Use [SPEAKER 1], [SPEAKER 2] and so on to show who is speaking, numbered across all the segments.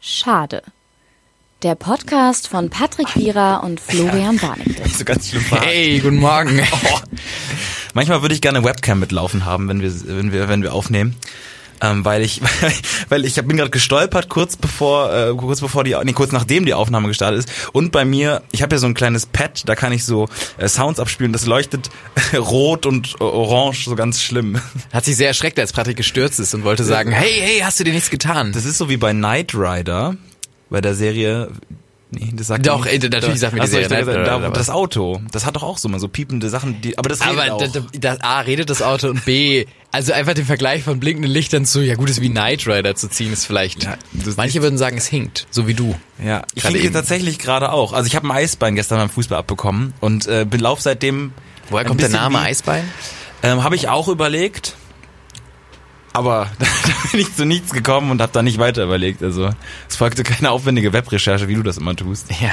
[SPEAKER 1] Schade. Der Podcast von Patrick Wierer und Florian Barnick.
[SPEAKER 2] So ganz schlimm verhakt.
[SPEAKER 3] Hey, guten Morgen.
[SPEAKER 2] Oh. Manchmal würde ich gerne eine Webcam mitlaufen haben, wenn wir, wenn wir, wenn wir aufnehmen. Ähm, weil ich, weil ich hab- bin gerade gestolpert, kurz bevor, äh, kurz bevor die, nee, kurz nachdem die Aufnahme gestartet ist. Und bei mir, ich habe ja so ein kleines Pad, da kann ich so äh, Sounds abspielen. Das leuchtet rot und orange, so ganz schlimm.
[SPEAKER 3] Hat sich sehr erschreckt, als Patrick gestürzt ist und wollte sagen, hey, hey, hast du dir nichts getan?
[SPEAKER 2] Das ist so wie bei Knight Rider, bei der Serie. Nee, das sagt
[SPEAKER 3] Doch,
[SPEAKER 2] mir nicht-
[SPEAKER 3] ey, natürlich sagt mir die
[SPEAKER 2] Ach so, ich
[SPEAKER 3] Serie
[SPEAKER 2] dachte,
[SPEAKER 3] Knight
[SPEAKER 2] da,
[SPEAKER 3] Rider
[SPEAKER 2] Das Auto, das hat doch auch so mal so piepende Sachen, die, aber das redet
[SPEAKER 3] aber
[SPEAKER 2] auch.
[SPEAKER 3] d- d- das A redet das Auto und B, also einfach den Vergleich von blinkenden Lichtern zu, ja gut, ist wie Knight Rider zu ziehen, ist vielleicht.
[SPEAKER 2] Ja, das-
[SPEAKER 3] Manche würden sagen, es hinkt, so wie du.
[SPEAKER 2] Ja, ich
[SPEAKER 3] Gerade
[SPEAKER 2] hinke
[SPEAKER 3] eben.
[SPEAKER 2] tatsächlich gerade auch. Also ich habe ein Eisbein gestern beim Fußball abbekommen und äh, bin lauf seitdem.
[SPEAKER 3] Woher
[SPEAKER 2] ein
[SPEAKER 3] kommt der
[SPEAKER 2] bisschen
[SPEAKER 3] Name
[SPEAKER 2] wie-
[SPEAKER 3] Eisbein?
[SPEAKER 2] Ähm, habe ich auch überlegt, aber da, bin ich zu nichts gekommen und habe da nicht weiter überlegt. Also es folgte keine aufwendige Webrecherche, wie du das immer tust.
[SPEAKER 3] Ja,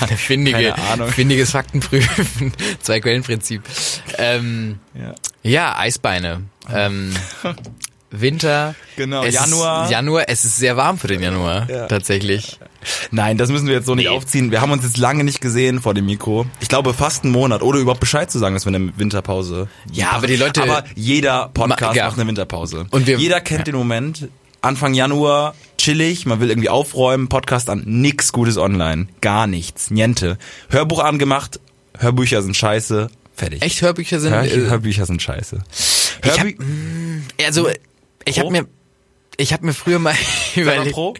[SPEAKER 3] eine findige,
[SPEAKER 2] keine Ahnung.
[SPEAKER 3] findiges Faktenprüfen, zwei Quellenprinzip. Ähm,
[SPEAKER 2] Ja.
[SPEAKER 3] ja, Eisbeine. Ähm, Winter.
[SPEAKER 2] Genau,
[SPEAKER 3] es
[SPEAKER 2] Januar.
[SPEAKER 3] Ist Januar, es ist sehr warm für den Januar,
[SPEAKER 2] Ja.
[SPEAKER 3] tatsächlich.
[SPEAKER 2] Nein, das müssen wir jetzt so nicht
[SPEAKER 3] Nee.
[SPEAKER 2] aufziehen. Wir haben uns jetzt lange nicht gesehen vor dem Mikro. Ich glaube fast einen Monat, ohne überhaupt Bescheid zu sagen, dass wir eine Winterpause.
[SPEAKER 3] Ja, aber die Leute-
[SPEAKER 2] Aber jeder Podcast
[SPEAKER 3] Ma- ja.
[SPEAKER 2] macht eine Winterpause.
[SPEAKER 3] Und wir-
[SPEAKER 2] jeder kennt den Moment. Anfang Januar chillig, man will irgendwie aufräumen, Podcast an, nix Gutes online, gar nichts, niente. Hörbuch angemacht, Hörbücher sind scheiße, fertig.
[SPEAKER 3] Echt Hörbücher sind.
[SPEAKER 2] Hör
[SPEAKER 3] äh,
[SPEAKER 2] Hörbücher sind scheiße.
[SPEAKER 3] hab-
[SPEAKER 2] Hörbü
[SPEAKER 3] also ich habe
[SPEAKER 2] Pro?
[SPEAKER 3] mir ich habe mir früher mal überlegt.
[SPEAKER 2] pro?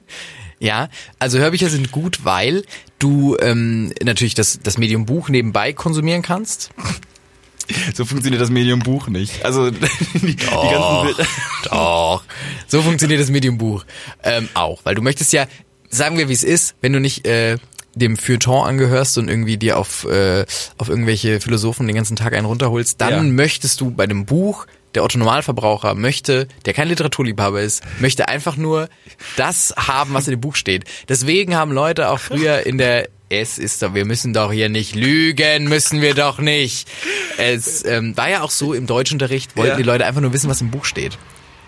[SPEAKER 3] Ja, also Hörbücher sind gut, weil du ähm, natürlich das das Medium Buch nebenbei konsumieren kannst.
[SPEAKER 2] so funktioniert das Medium Buch nicht. Also die, die ganzen
[SPEAKER 3] Doch,
[SPEAKER 2] Bilder.
[SPEAKER 3] doch. So funktioniert das Medium Buch ähm, auch, weil du möchtest ja, sagen wir, wie es ist, wenn du nicht äh, dem Feuilleton angehörst und irgendwie dir auf äh, auf irgendwelche Philosophen den ganzen Tag einen runterholst, dann
[SPEAKER 2] Ja.
[SPEAKER 3] möchtest du bei dem Buch der Autonomalverbraucher möchte, der kein Literaturliebhaber ist, möchte einfach nur das haben, was in dem Buch steht. Deswegen haben Leute auch früher in der es ist doch, wir müssen doch hier nicht lügen, müssen wir doch nicht. Es ähm, war ja auch so im Deutschunterricht, wollten
[SPEAKER 2] Ja.
[SPEAKER 3] die Leute einfach nur wissen, was im Buch steht.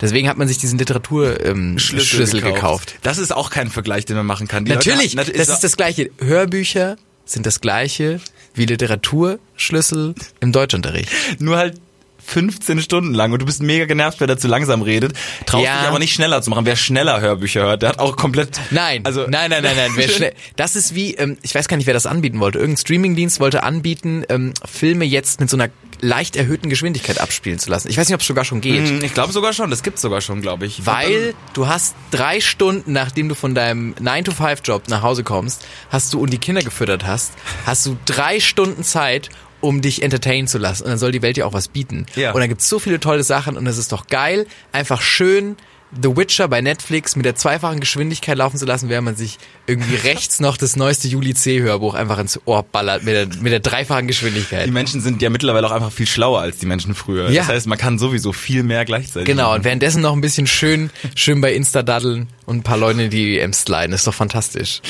[SPEAKER 3] Deswegen hat man sich diesen Literaturschlüssel ähm, Schlüssel, gekauft.
[SPEAKER 2] Das ist auch kein Vergleich, den man machen kann. Die
[SPEAKER 3] Natürlich,
[SPEAKER 2] Leute-
[SPEAKER 3] das ist das Gleiche. Hörbücher sind das Gleiche wie Literaturschlüssel im Deutschunterricht.
[SPEAKER 2] nur halt 15 Stunden lang und du bist mega genervt, wer da zu langsam redet. Traust
[SPEAKER 3] Ja.
[SPEAKER 2] dich aber nicht schneller zu machen. Wer schneller Hörbücher hört, der hat auch komplett.
[SPEAKER 3] Nein,
[SPEAKER 2] also
[SPEAKER 3] nein, nein, nein, nein. Wer schnell, das ist wie, ähm, ich weiß gar nicht, wer das anbieten wollte. Irgendein Streamingdienst wollte anbieten, ähm, Filme jetzt mit so einer leicht erhöhten Geschwindigkeit abspielen zu lassen. Ich weiß nicht, ob es sogar schon geht.
[SPEAKER 2] Mm, Ich glaube sogar schon, das gibt's sogar schon, glaube ich.
[SPEAKER 3] Weil du hast drei Stunden, nachdem du von deinem 9-to-5-Job nach Hause kommst, hast du und die Kinder gefüttert hast, hast du drei Stunden Zeit, um dich entertainen zu lassen. Und dann soll die Welt dir auch was bieten.
[SPEAKER 2] Ja.
[SPEAKER 3] Und dann gibt's so viele tolle Sachen und es ist doch geil, einfach schön The Witcher bei Netflix mit der zweifachen Geschwindigkeit laufen zu lassen, während man sich irgendwie rechts noch das neueste Juli C. Hörbuch einfach ins Ohr ballert mit der, mit der dreifachen Geschwindigkeit.
[SPEAKER 2] die Menschen sind ja mittlerweile auch einfach viel schlauer als die Menschen früher.
[SPEAKER 3] Ja.
[SPEAKER 2] Das heißt, man kann sowieso viel mehr gleichzeitig.
[SPEAKER 3] Genau,
[SPEAKER 2] machen.
[SPEAKER 3] und währenddessen noch ein bisschen schön, schön bei Insta daddeln und ein paar Leute in die DMs sliden. Ist doch fantastisch.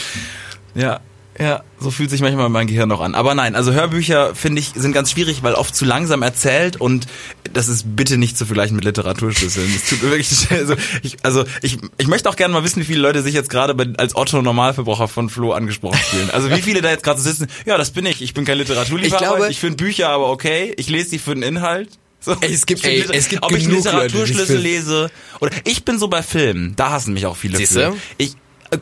[SPEAKER 2] Ja. Ja, so fühlt sich manchmal mein Gehirn auch an. Aber nein, also Hörbücher finde ich sind ganz schwierig, weil oft zu langsam erzählt und das ist bitte nicht zu vergleichen mit Literaturschlüsseln. Das tut mir wirklich also ich, also ich, ich möchte auch gerne mal wissen, wie viele Leute sich jetzt gerade bei- als Otto Normalverbraucher von Flo angesprochen fühlen. Also wie viele da jetzt gerade so sitzen, ja, das bin ich. Ich bin kein Literaturliebhaber, ich,
[SPEAKER 3] Ich glaube-
[SPEAKER 2] finde Bücher aber okay, ich lese die für den Inhalt. So.
[SPEAKER 3] Ey, es gibt-
[SPEAKER 2] Ich find
[SPEAKER 3] ey,
[SPEAKER 2] Liter-
[SPEAKER 3] es gibt
[SPEAKER 2] ob ich
[SPEAKER 3] genug Leute, die das
[SPEAKER 2] Literaturschlüssel
[SPEAKER 3] finden.
[SPEAKER 2] lese oder ich bin so bei Filmen, da hassen mich auch viele
[SPEAKER 3] Siehste?
[SPEAKER 2] für. Ich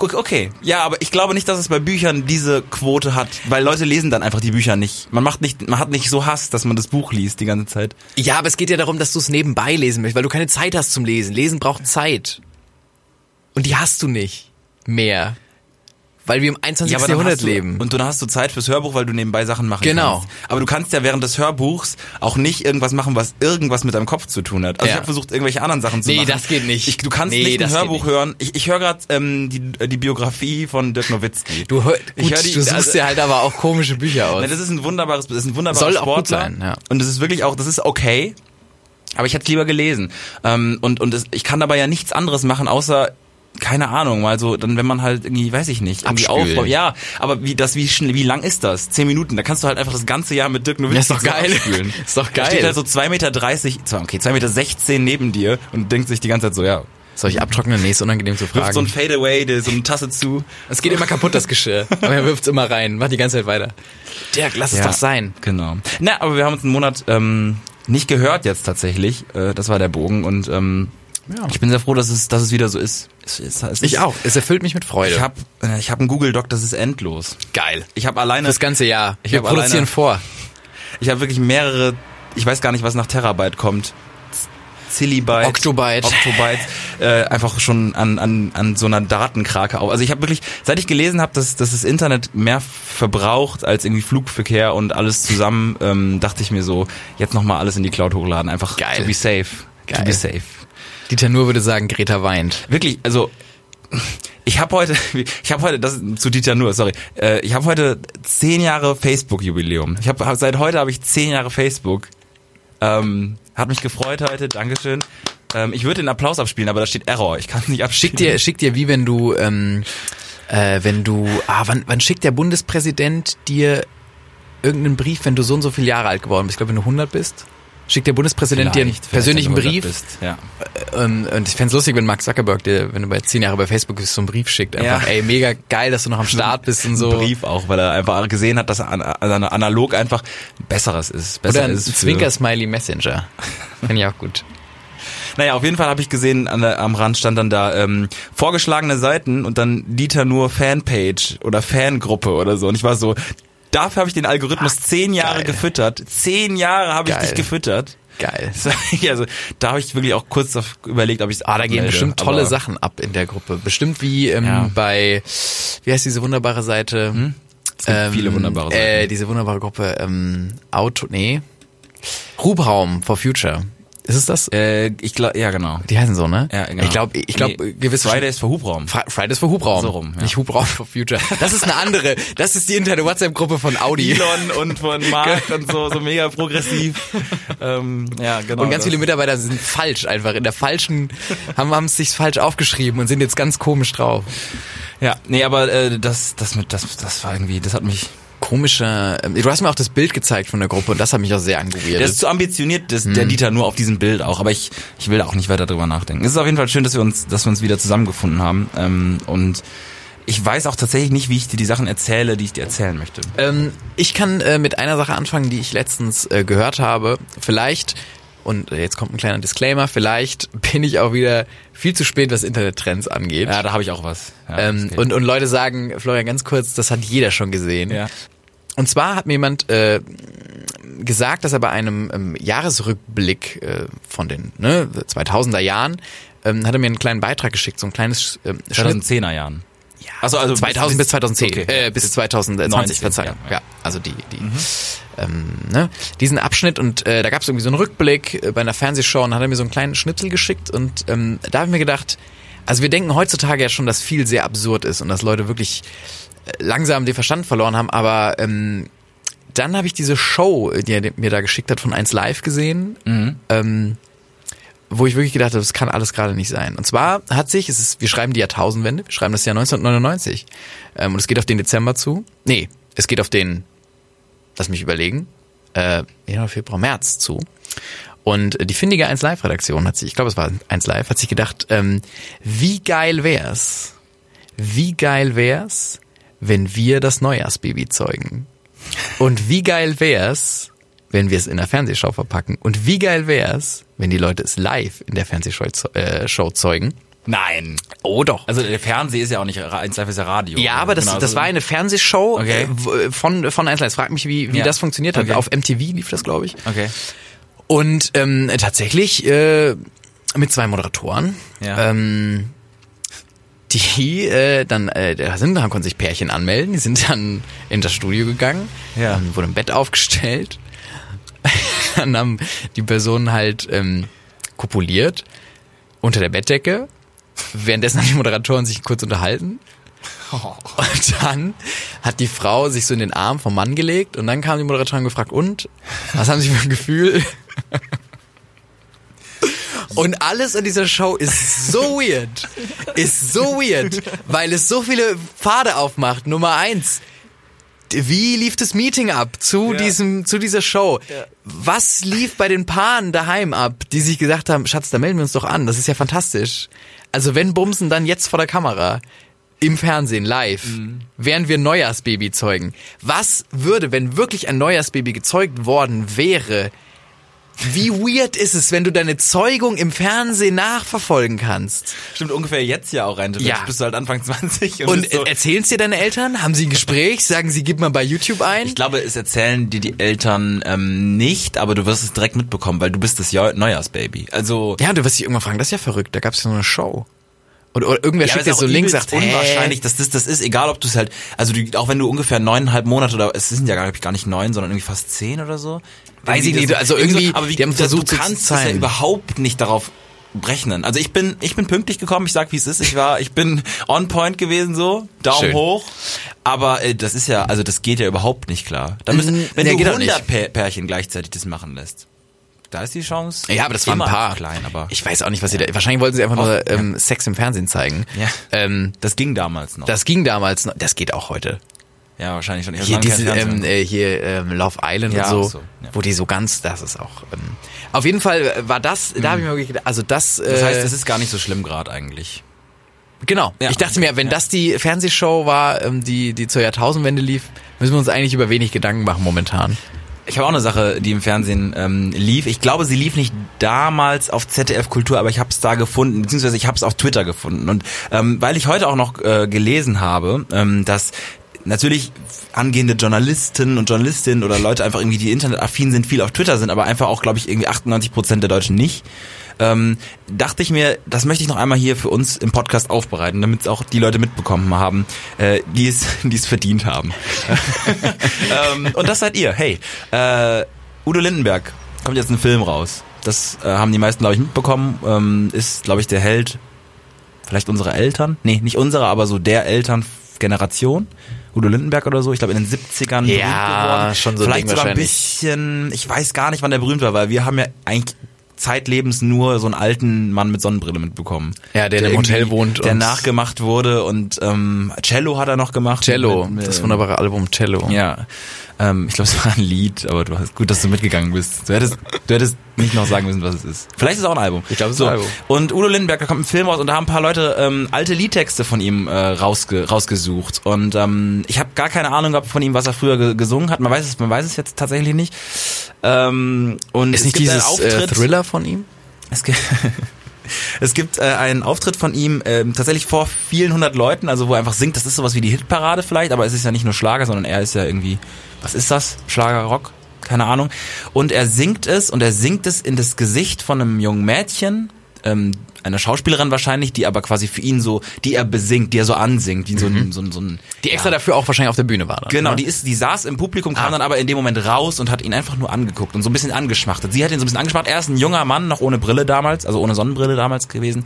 [SPEAKER 2] Okay, ja, aber ich glaube nicht, dass es bei Büchern diese Quote hat, weil Leute lesen dann einfach die Bücher nicht. Man macht nicht, man hat nicht so Hass, dass man das Buch liest die ganze Zeit.
[SPEAKER 3] Ja, aber es geht ja darum, dass du es nebenbei lesen möchtest, weil du keine Zeit hast zum Lesen. Lesen braucht Zeit. Und die hast du nicht mehr. Weil wir im 21.
[SPEAKER 2] dann
[SPEAKER 3] Jahrhundert
[SPEAKER 2] hast du,
[SPEAKER 3] leben.
[SPEAKER 2] Und dann hast du Zeit fürs Hörbuch, weil du nebenbei Sachen machen
[SPEAKER 3] Genau.
[SPEAKER 2] kannst. Aber du kannst ja während des Hörbuchs auch nicht irgendwas machen, was irgendwas mit deinem Kopf zu tun hat. Also ich
[SPEAKER 3] Ja.
[SPEAKER 2] habe versucht, irgendwelche anderen Sachen zu
[SPEAKER 3] Nee,
[SPEAKER 2] machen.
[SPEAKER 3] das geht nicht.
[SPEAKER 2] Ich, du kannst
[SPEAKER 3] Nee,
[SPEAKER 2] nicht ein
[SPEAKER 3] das geht
[SPEAKER 2] Hörbuch
[SPEAKER 3] nicht.
[SPEAKER 2] hören. Ich, ich höre gerade ähm, die, die Biografie von Dirk Nowitzki.
[SPEAKER 3] Du, hör,
[SPEAKER 2] Ich
[SPEAKER 3] gut,
[SPEAKER 2] hör die-
[SPEAKER 3] du suchst
[SPEAKER 2] also-
[SPEAKER 3] dir halt aber auch komische Bücher aus.
[SPEAKER 2] Nein, das ist ein wunderbares, das ist ein wunderbarer
[SPEAKER 3] Soll auch
[SPEAKER 2] Sportler.
[SPEAKER 3] gut sein, ja.
[SPEAKER 2] Und das ist wirklich auch, das ist okay. Aber ich hätte es lieber gelesen. Ähm, und und es, ich kann dabei ja nichts anderes machen, außer keine Ahnung, mal so, dann wenn man halt irgendwie, weiß ich nicht, irgendwie
[SPEAKER 3] Abspülen.
[SPEAKER 2] aufräumt. Ja, aber wie das, wie schnell, wie lang ist das? Zehn Minuten. Da kannst du halt einfach das ganze Jahr mit Dirk Nowitzki
[SPEAKER 3] Ja, ist doch
[SPEAKER 2] zusammen
[SPEAKER 3] geil.
[SPEAKER 2] abspülen.
[SPEAKER 3] Ist doch
[SPEAKER 2] Da halt
[SPEAKER 3] geil.
[SPEAKER 2] steht halt so 2,30 Meter, zwei, okay, 2,16 Meter neben dir und denkt sich die ganze Zeit so, ja,
[SPEAKER 3] Soll ich abtrocknen? Nee, ist unangenehm zu
[SPEAKER 2] Wirft so ein
[SPEAKER 3] fragen.
[SPEAKER 2] Fadeaway, der- so eine Tasse zu.
[SPEAKER 3] Es geht immer kaputt, das Geschirr. Aber er wirft's immer rein. Macht die ganze Zeit weiter. Dirk, lass es
[SPEAKER 2] Ja.
[SPEAKER 3] doch sein.
[SPEAKER 2] Genau. Na, aber wir haben uns einen Monat ähm, nicht gehört jetzt tatsächlich. Äh, das war der Bogen und ähm,
[SPEAKER 3] Ja.
[SPEAKER 2] ich bin sehr froh, dass es, dass es wieder so ist. Es, es, es,
[SPEAKER 3] Ich auch. Es erfüllt mich mit Freude.
[SPEAKER 2] Ich habe äh, ich hab einen Google Doc, das ist endlos.
[SPEAKER 3] Geil.
[SPEAKER 2] Ich habe alleine,
[SPEAKER 3] Das ganze Jahr.
[SPEAKER 2] Ich
[SPEAKER 3] Wir
[SPEAKER 2] hab
[SPEAKER 3] produzieren
[SPEAKER 2] alleine-
[SPEAKER 3] vor.
[SPEAKER 2] ich habe wirklich mehrere, ich weiß gar nicht, was nach Terabyte kommt. Z- Zillibyte,
[SPEAKER 3] Octobyte.
[SPEAKER 2] Octobyte, äh, einfach schon an, an, an so einer Datenkrake auf. Also ich habe wirklich, seit ich gelesen habe, dass, dass das Internet mehr verbraucht als irgendwie Flugverkehr und alles zusammen, ähm, dachte ich mir so, jetzt nochmal alles in die Cloud hochladen, einfach
[SPEAKER 3] Geil.
[SPEAKER 2] to be safe, to
[SPEAKER 3] Geil.
[SPEAKER 2] be safe.
[SPEAKER 3] Dieter Nur würde sagen, Greta weint.
[SPEAKER 2] Wirklich, also ich habe heute, ich habe heute, das zu Dieter nur, sorry, äh, ich habe heute zehn Jahre Facebook-Jubiläum. Ich habe hab, seit heute habe ich zehn Jahre Facebook. Ähm, hat mich gefreut heute, Dankeschön. Ähm, ich würde den Applaus abspielen, aber da steht Error. Ich kann es nicht abschicken.
[SPEAKER 3] Schick dir, schick dir, wie wenn du, ähm, äh, wenn du, ah, wann, wann schickt der Bundespräsident dir irgendeinen Brief, wenn du so und so viele Jahre alt geworden bist? Ich glaube, wenn du 100 bist. Schickt der Bundespräsident dir einen
[SPEAKER 2] Vielleicht,
[SPEAKER 3] persönlichen
[SPEAKER 2] wenn du 100
[SPEAKER 3] Brief.
[SPEAKER 2] Bist. Ja.
[SPEAKER 3] Ähm, und ich fänd's lustig, wenn Mark Zuckerberg dir, wenn du bei 10 Jahren bei Facebook bist, so einen Brief schickt. Einfach,
[SPEAKER 2] Ja.
[SPEAKER 3] ey, mega geil, dass du noch am Start bist und so.
[SPEAKER 2] Ein Brief auch, weil er einfach gesehen hat, dass an, an, analog einfach besseres ist. Besser
[SPEAKER 3] Oder ein
[SPEAKER 2] ist für-
[SPEAKER 3] Zwinker-Smiley Messenger. Finde ich auch gut.
[SPEAKER 2] Naja, auf jeden Fall habe ich gesehen, an der, am Rand stand dann da ähm, vorgeschlagene Seiten und dann Dieter nur Fanpage oder Fangruppe oder so. Und ich war so, dafür habe ich den Algorithmus zehn Jahre
[SPEAKER 3] geil.
[SPEAKER 2] gefüttert. Zehn Jahre habe ich
[SPEAKER 3] Geil.
[SPEAKER 2] dich gefüttert.
[SPEAKER 3] Geil.
[SPEAKER 2] Das war ich- Also, da habe ich wirklich auch kurz auf- überlegt, ob ich
[SPEAKER 3] Ah, da gehen bestimmt tolle Sachen ab in der Gruppe. Bestimmt wie ähm,
[SPEAKER 2] Ja. Hm?
[SPEAKER 3] bei, wie heißt diese wunderbare Seite? Ähm,
[SPEAKER 2] Es gibt viele wunderbare Seiten.
[SPEAKER 3] Äh, diese wunderbare Gruppe, ähm, Auto, nee, Rubraum for Future. Ist es das?
[SPEAKER 2] Äh, ich glaube, ja genau.
[SPEAKER 3] Die heißen so, ne?
[SPEAKER 2] Ja, genau.
[SPEAKER 3] Ich glaube, ich glaube,
[SPEAKER 2] Nee,
[SPEAKER 3] gewisse
[SPEAKER 2] Fridays for Hubraum.
[SPEAKER 3] Fri- Fridays for Hubraum.
[SPEAKER 2] So rum, ja.
[SPEAKER 3] Nicht Hubraum for Future. Das ist eine andere. Das ist die interne WhatsApp-Gruppe von Audi.
[SPEAKER 2] Elon und von Mark und so, so mega progressiv. Genau. ähm, ja, genau.
[SPEAKER 3] Und
[SPEAKER 2] das.
[SPEAKER 3] ganz viele Mitarbeiter sind falsch einfach in der falschen, haben haben es sich falsch aufgeschrieben und sind jetzt ganz komisch drauf.
[SPEAKER 2] Ja, nee, aber äh, das, das mit, das, das war irgendwie, das hat mich,
[SPEAKER 3] komischer. ähm, Du hast mir auch das Bild gezeigt von der Gruppe und das hat mich auch sehr
[SPEAKER 2] Der ist
[SPEAKER 3] angewirbelt.
[SPEAKER 2] zu ambitioniert, das, der Dieter nur auf diesem Bild auch. Aber ich, ich will da auch nicht weiter drüber nachdenken. Es ist auf jeden Fall schön, dass wir uns, dass wir uns wieder zusammengefunden haben. Ähm, und ich weiß auch tatsächlich nicht, wie ich dir die Sachen erzähle, die ich dir erzählen möchte.
[SPEAKER 3] Ähm, ich kann äh, mit einer Sache anfangen, die ich letztens äh, gehört habe. Vielleicht, und äh, jetzt kommt ein kleiner Disclaimer, vielleicht bin ich auch wieder viel zu spät, was Internettrends angeht.
[SPEAKER 2] Ja, da habe ich auch was. Ja,
[SPEAKER 3] ähm,
[SPEAKER 2] das geht.
[SPEAKER 3] und, und Leute sagen, Florian, ganz kurz, das hat jeder schon gesehen.
[SPEAKER 2] ja.
[SPEAKER 3] Und zwar hat mir jemand äh, gesagt, dass er bei einem ähm, Jahresrückblick äh, von den ne, 2000er Jahren, ähm, hat er mir einen kleinen Beitrag geschickt, so ein kleines ähm, Schnitt,
[SPEAKER 2] 2010er Jahren.
[SPEAKER 3] Ja,
[SPEAKER 2] Ach so, also bis-
[SPEAKER 3] 2000 bis,
[SPEAKER 2] bis-
[SPEAKER 3] 2010,
[SPEAKER 2] okay.
[SPEAKER 3] äh, bis 2020,
[SPEAKER 2] 19,
[SPEAKER 3] Verzeihung. Ja.
[SPEAKER 2] ja. Mhm.
[SPEAKER 3] also die, die ähm, ne, diesen Abschnitt und äh, da gab es irgendwie so einen Rückblick äh, bei einer Fernsehshow und hat er mir so einen kleinen Schnipsel geschickt und ähm, da habe ich mir gedacht, also wir denken heutzutage ja schon, dass viel sehr absurd ist und dass Leute wirklich äh, langsam den Verstand verloren haben, aber ähm, dann habe ich diese Show, die er mir da geschickt hat, von 1 Live gesehen, ähm, wo ich wirklich gedacht habe, das kann alles gerade nicht sein. Und zwar hat sich, es ist, wir schreiben die Jahrtausendwende, wir schreiben das Jahr 1999. Ähm, und es geht auf den Dezember zu. Nee, es geht auf den, lass mich überlegen, äh, Januar, Februar, März zu. Und äh, die findige 1 Live-Redaktion hat sich, ich glaube, es war 1 Live, hat sich gedacht, ähm, wie geil wär's, wie geil wär's, wenn wir das Neujahrsbaby zeugen? Und wie geil wär's, wenn wir es in der Fernsehshow verpacken? Und wie geil wär's, wenn die Leute es live in der Fernsehshow ze- äh, Show zeugen?
[SPEAKER 2] Nein.
[SPEAKER 3] Oh doch.
[SPEAKER 2] Also der Fernseh ist ja auch nicht, Ra- eins live ist ja Radio.
[SPEAKER 3] Ja, aber das,
[SPEAKER 2] Genau,
[SPEAKER 3] das
[SPEAKER 2] also-
[SPEAKER 3] war eine Fernsehshow
[SPEAKER 2] Okay.
[SPEAKER 3] äh, w- von, von 1 Live. Frag mich, wie, wie
[SPEAKER 2] Ja.
[SPEAKER 3] das funktioniert hat.
[SPEAKER 2] Okay.
[SPEAKER 3] Auf MTV lief das, glaube ich.
[SPEAKER 2] Okay.
[SPEAKER 3] Und ähm, tatsächlich äh, mit zwei Moderatoren.
[SPEAKER 2] Ja.
[SPEAKER 3] Ähm, die äh, dann äh, da sind, da konnten sich Pärchen anmelden, die sind dann in das Studio gegangen,
[SPEAKER 2] Ja.
[SPEAKER 3] ähm, wurde ein Bett aufgestellt, dann haben die Personen halt ähm, kopuliert unter der Bettdecke, währenddessen haben die Moderatoren sich kurz unterhalten und dann hat die Frau sich so in den Arm vom Mann gelegt und dann kamen die Moderatoren und gefragt, und? Was haben Sie für ein Gefühl? Und alles an dieser Show ist so weird. Ist so weird, weil es so viele Pfade aufmacht. Nummer eins. Wie lief das Meeting ab zu
[SPEAKER 2] Ja.
[SPEAKER 3] diesem, zu dieser Show? Was lief bei den Paaren daheim ab, die sich gesagt haben, Schatz, da melden wir uns doch an, das ist ja fantastisch. Also wenn Bumsen dann jetzt vor der Kamera, im Fernsehen, live, während wir Neujahrsbaby zeugen. Was würde, wenn wirklich ein Neujahrsbaby gezeugt worden wäre, wie weird ist es, wenn du deine Zeugung im Fernsehen nachverfolgen kannst?
[SPEAKER 2] Stimmt ungefähr jetzt ja auch rein. theoretisch
[SPEAKER 3] Ja.
[SPEAKER 2] Bist du halt Anfang 20 und,
[SPEAKER 3] Und
[SPEAKER 2] bist so,
[SPEAKER 3] erzählen es dir deine Eltern? Haben sie ein Gespräch? Sagen sie, gib mal bei YouTube ein?
[SPEAKER 2] ich glaube, es erzählen dir die Eltern ähm, nicht, aber du wirst es direkt mitbekommen, weil du bist das Jahr- Neujahrsbaby. Also
[SPEAKER 3] Ja, du wirst dich irgendwann fragen, das ist ja verrückt, da gab es ja so eine Show. Und, oder irgendwer
[SPEAKER 2] Ja, aber
[SPEAKER 3] schickt
[SPEAKER 2] es
[SPEAKER 3] dir
[SPEAKER 2] ist
[SPEAKER 3] so
[SPEAKER 2] auch
[SPEAKER 3] einen Link,
[SPEAKER 2] übelst
[SPEAKER 3] sagt, hey.
[SPEAKER 2] unwahrscheinlich, dass das das ist, egal ob du es halt, also du, auch wenn du ungefähr neuneinhalb Monate oder es sind ja gar, glaub ich, gar nicht neun, sondern irgendwie fast zehn oder so.
[SPEAKER 3] Weiß
[SPEAKER 2] Irgendwie
[SPEAKER 3] ich nicht,
[SPEAKER 2] das-
[SPEAKER 3] also irgendwie,
[SPEAKER 2] aber wie,
[SPEAKER 3] die haben
[SPEAKER 2] das-
[SPEAKER 3] versucht,
[SPEAKER 2] du
[SPEAKER 3] so zu
[SPEAKER 2] kannst es ja
[SPEAKER 3] zeigen.
[SPEAKER 2] überhaupt nicht darauf rechnen. Also ich bin ich bin pünktlich gekommen, ich sag wie es ist, ich war ich bin on point gewesen so, Daumen
[SPEAKER 3] Schön.
[SPEAKER 2] hoch, aber äh, das ist ja also das geht ja überhaupt nicht klar. Da müssen,
[SPEAKER 3] Mm,
[SPEAKER 2] wenn
[SPEAKER 3] nee,
[SPEAKER 2] du
[SPEAKER 3] geht auch
[SPEAKER 2] 100 Pär- Pärchen gleichzeitig das machen lässt, da ist die Chance.
[SPEAKER 3] Ja, aber das waren
[SPEAKER 2] immer
[SPEAKER 3] ein paar.
[SPEAKER 2] noch klein, aber
[SPEAKER 3] ich weiß auch nicht, was sie da. Wahrscheinlich wollten sie einfach
[SPEAKER 2] Offen,
[SPEAKER 3] nur ähm, Sex im Fernsehen zeigen.
[SPEAKER 2] Ja.
[SPEAKER 3] Ähm,
[SPEAKER 2] das ging damals noch.
[SPEAKER 3] das ging damals noch. Das geht auch heute.
[SPEAKER 2] ja, wahrscheinlich schon. Ich hab
[SPEAKER 3] Hier,
[SPEAKER 2] lange kein
[SPEAKER 3] diese,
[SPEAKER 2] Fernsehen
[SPEAKER 3] ähm,
[SPEAKER 2] mehr.
[SPEAKER 3] äh, hier ähm, Love Island
[SPEAKER 2] Ja,
[SPEAKER 3] und so,
[SPEAKER 2] auch so, ja.
[SPEAKER 3] wo die so ganz, das ist auch. Ähm, auf jeden Fall war das, da habe ich mir wirklich gedacht, also das. Äh,
[SPEAKER 2] Das heißt, es ist gar nicht so schlimm gerade eigentlich.
[SPEAKER 3] Genau.
[SPEAKER 2] Ja.
[SPEAKER 3] Ich dachte mir, wenn
[SPEAKER 2] Ja.
[SPEAKER 3] das die Fernsehshow war, ähm, die, die zur Jahrtausendwende lief, müssen wir uns eigentlich über wenig Gedanken machen momentan.
[SPEAKER 2] Ich habe auch eine Sache, die im Fernsehen ähm, lief. Ich glaube, sie lief nicht damals auf ZDF Kultur, aber ich habe es da gefunden, beziehungsweise ich habe es auf Twitter gefunden. Und ähm, weil ich heute auch noch äh, gelesen habe, ähm, dass natürlich angehende Journalisten und Journalistinnen oder Leute einfach irgendwie, die internetaffin sind, viel auf Twitter sind, aber einfach auch, glaube ich, irgendwie 98 Prozent der Deutschen nicht. ähm, dachte ich mir, das möchte ich noch einmal hier für uns im Podcast aufbereiten, damit es auch die Leute mitbekommen haben, äh, die es, die es verdient haben. ähm, und das seid ihr. Hey, äh, Udo Lindenberg kommt jetzt ein Film raus. Das äh, haben die meisten, glaube ich, mitbekommen. Ähm, ist, glaube ich, der Held vielleicht unsere Eltern. Nee, nicht unsere, aber so der Elterngeneration. Udo Lindenberg oder so, ich glaube in den 70ern
[SPEAKER 3] Ja, schon so ein
[SPEAKER 2] Vielleicht
[SPEAKER 3] Ding
[SPEAKER 2] sogar ein
[SPEAKER 3] wahrscheinlich.
[SPEAKER 2] bisschen, ich weiß gar nicht, wann der berühmt war, weil wir haben ja eigentlich zeitlebens nur so einen alten Mann mit Sonnenbrille mitbekommen.
[SPEAKER 3] Ja, der in einem
[SPEAKER 2] irgendwie-
[SPEAKER 3] Hotel wohnt
[SPEAKER 2] Der
[SPEAKER 3] und-
[SPEAKER 2] nachgemacht wurde und ähm, Cello hat er noch gemacht.
[SPEAKER 3] Cello,
[SPEAKER 2] Mit- äh, mit-
[SPEAKER 3] das wunderbare Album Cello.
[SPEAKER 2] Ja. Ähm, ich glaube, es war ein Lied, aber du hast gut, dass du mitgegangen bist. Du hättest, du hättest nicht noch sagen müssen, was es ist. Vielleicht ist es auch ein Album.
[SPEAKER 3] Ich glaube, es ist
[SPEAKER 2] so.
[SPEAKER 3] ein Album.
[SPEAKER 2] Und Udo Lindenberg, da kommt ein Film raus und da haben ein paar Leute ähm, alte Liedtexte von ihm äh, rausge rausgesucht. Und ähm, ich habe gar keine Ahnung gehabt von ihm, was er früher ge gesungen hat. Man weiß es, man weiß es jetzt tatsächlich nicht. Ähm, und
[SPEAKER 3] Ist
[SPEAKER 2] es
[SPEAKER 3] nicht
[SPEAKER 2] gibt einen
[SPEAKER 3] dieses äh,
[SPEAKER 2] Auftritt.
[SPEAKER 3] Thriller von ihm?
[SPEAKER 2] Es gibt, es gibt äh, einen Auftritt von ihm ähm, tatsächlich vor vielen hundert Leuten, also wo er einfach singt. Das ist sowas wie die Hitparade vielleicht, aber es ist ja nicht nur Schlager, sondern er ist ja irgendwie, was ist das? Schlager, Rock? Keine Ahnung. Und er singt es und er singt es in das Gesicht von einem jungen Mädchen, ähm, einer Schauspielerin wahrscheinlich, die aber quasi für ihn so, die er besingt, die er so ansingt, die so ein, so ein, so ein
[SPEAKER 3] Die extra dafür auch wahrscheinlich auf der Bühne war. Dann,
[SPEAKER 2] Genau,
[SPEAKER 3] ne? Ah.
[SPEAKER 2] die ist, die saß im Publikum, kam dann aber in dem Moment raus und hat ihn einfach nur angeguckt und so ein bisschen angeschmachtet. Sie hat ihn so ein bisschen angeschmachtet. Er ist ein junger Mann, noch ohne Brille damals, also ohne Sonnenbrille damals gewesen.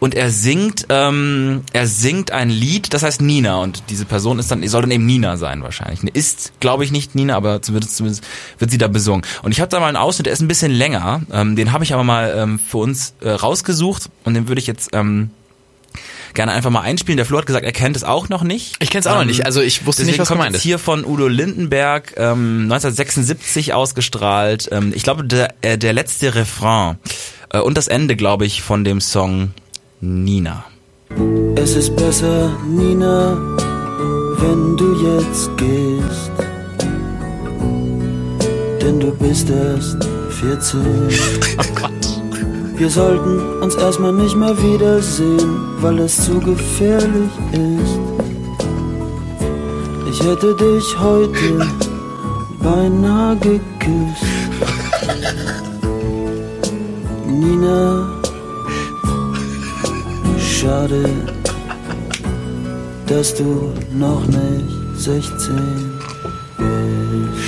[SPEAKER 2] Und er singt, ähm, er singt ein Lied, das heißt Nina. Und diese Person ist dann, soll dann eben Nina sein wahrscheinlich. Ne, Ist, glaube ich, nicht Nina, aber zumindest, zumindest wird sie da besungen. Und ich habe da mal einen Ausschnitt, der ist ein bisschen länger. Ähm, den habe ich aber mal ähm, für uns äh, rausgesucht und den würde ich jetzt ähm, gerne einfach mal einspielen. Der Flo hat gesagt, er kennt es auch noch nicht.
[SPEAKER 3] Ich kenn's auch noch
[SPEAKER 2] Ähm,
[SPEAKER 3] nicht. Also ich wusste
[SPEAKER 2] Deswegen
[SPEAKER 3] nicht, was
[SPEAKER 2] kommt
[SPEAKER 3] gemeint
[SPEAKER 2] jetzt
[SPEAKER 3] ist.
[SPEAKER 2] hier von Udo Lindenberg, ähm, 1976 ausgestrahlt. Ähm, ich glaube, der, äh, der letzte Refrain äh, und das Ende, glaube ich, von dem Song Nina.
[SPEAKER 4] Es ist besser, Nina, wenn du jetzt gehst. Denn du bist erst 14.
[SPEAKER 2] Oh Gott.
[SPEAKER 4] Wir sollten uns erstmal nicht mehr wiedersehen, weil es zu gefährlich ist. Ich hätte dich heute beinahe geküsst. Nina, schade, dass du noch nicht 16 bist.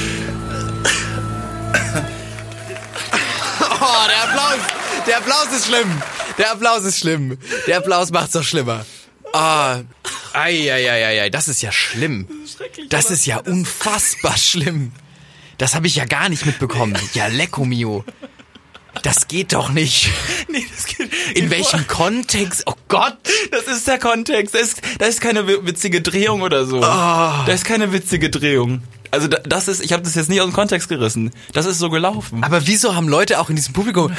[SPEAKER 3] Oh, der Applaus, der Applaus ist schlimm. Der Applaus ist schlimm. Der Applaus macht's doch schlimmer. Ah, ei, ei, ei, ei, ei, das ist ja schlimm. Das ist ja unfassbar schlimm. Das habe ich ja gar nicht mitbekommen. Ja, lecco mio. Das geht doch nicht.
[SPEAKER 2] Nee, das geht,
[SPEAKER 3] In welchem Kontext? Oh Gott.
[SPEAKER 2] Das ist der Kontext. Da ist, da ist keine wi- witzige Drehung oder so.
[SPEAKER 3] Ah.
[SPEAKER 2] Da ist keine witzige Drehung. Also da, das ist, ich habe das jetzt nicht aus dem Kontext gerissen. Das ist so gelaufen.
[SPEAKER 3] Aber wieso haben Leute auch in diesem Publikum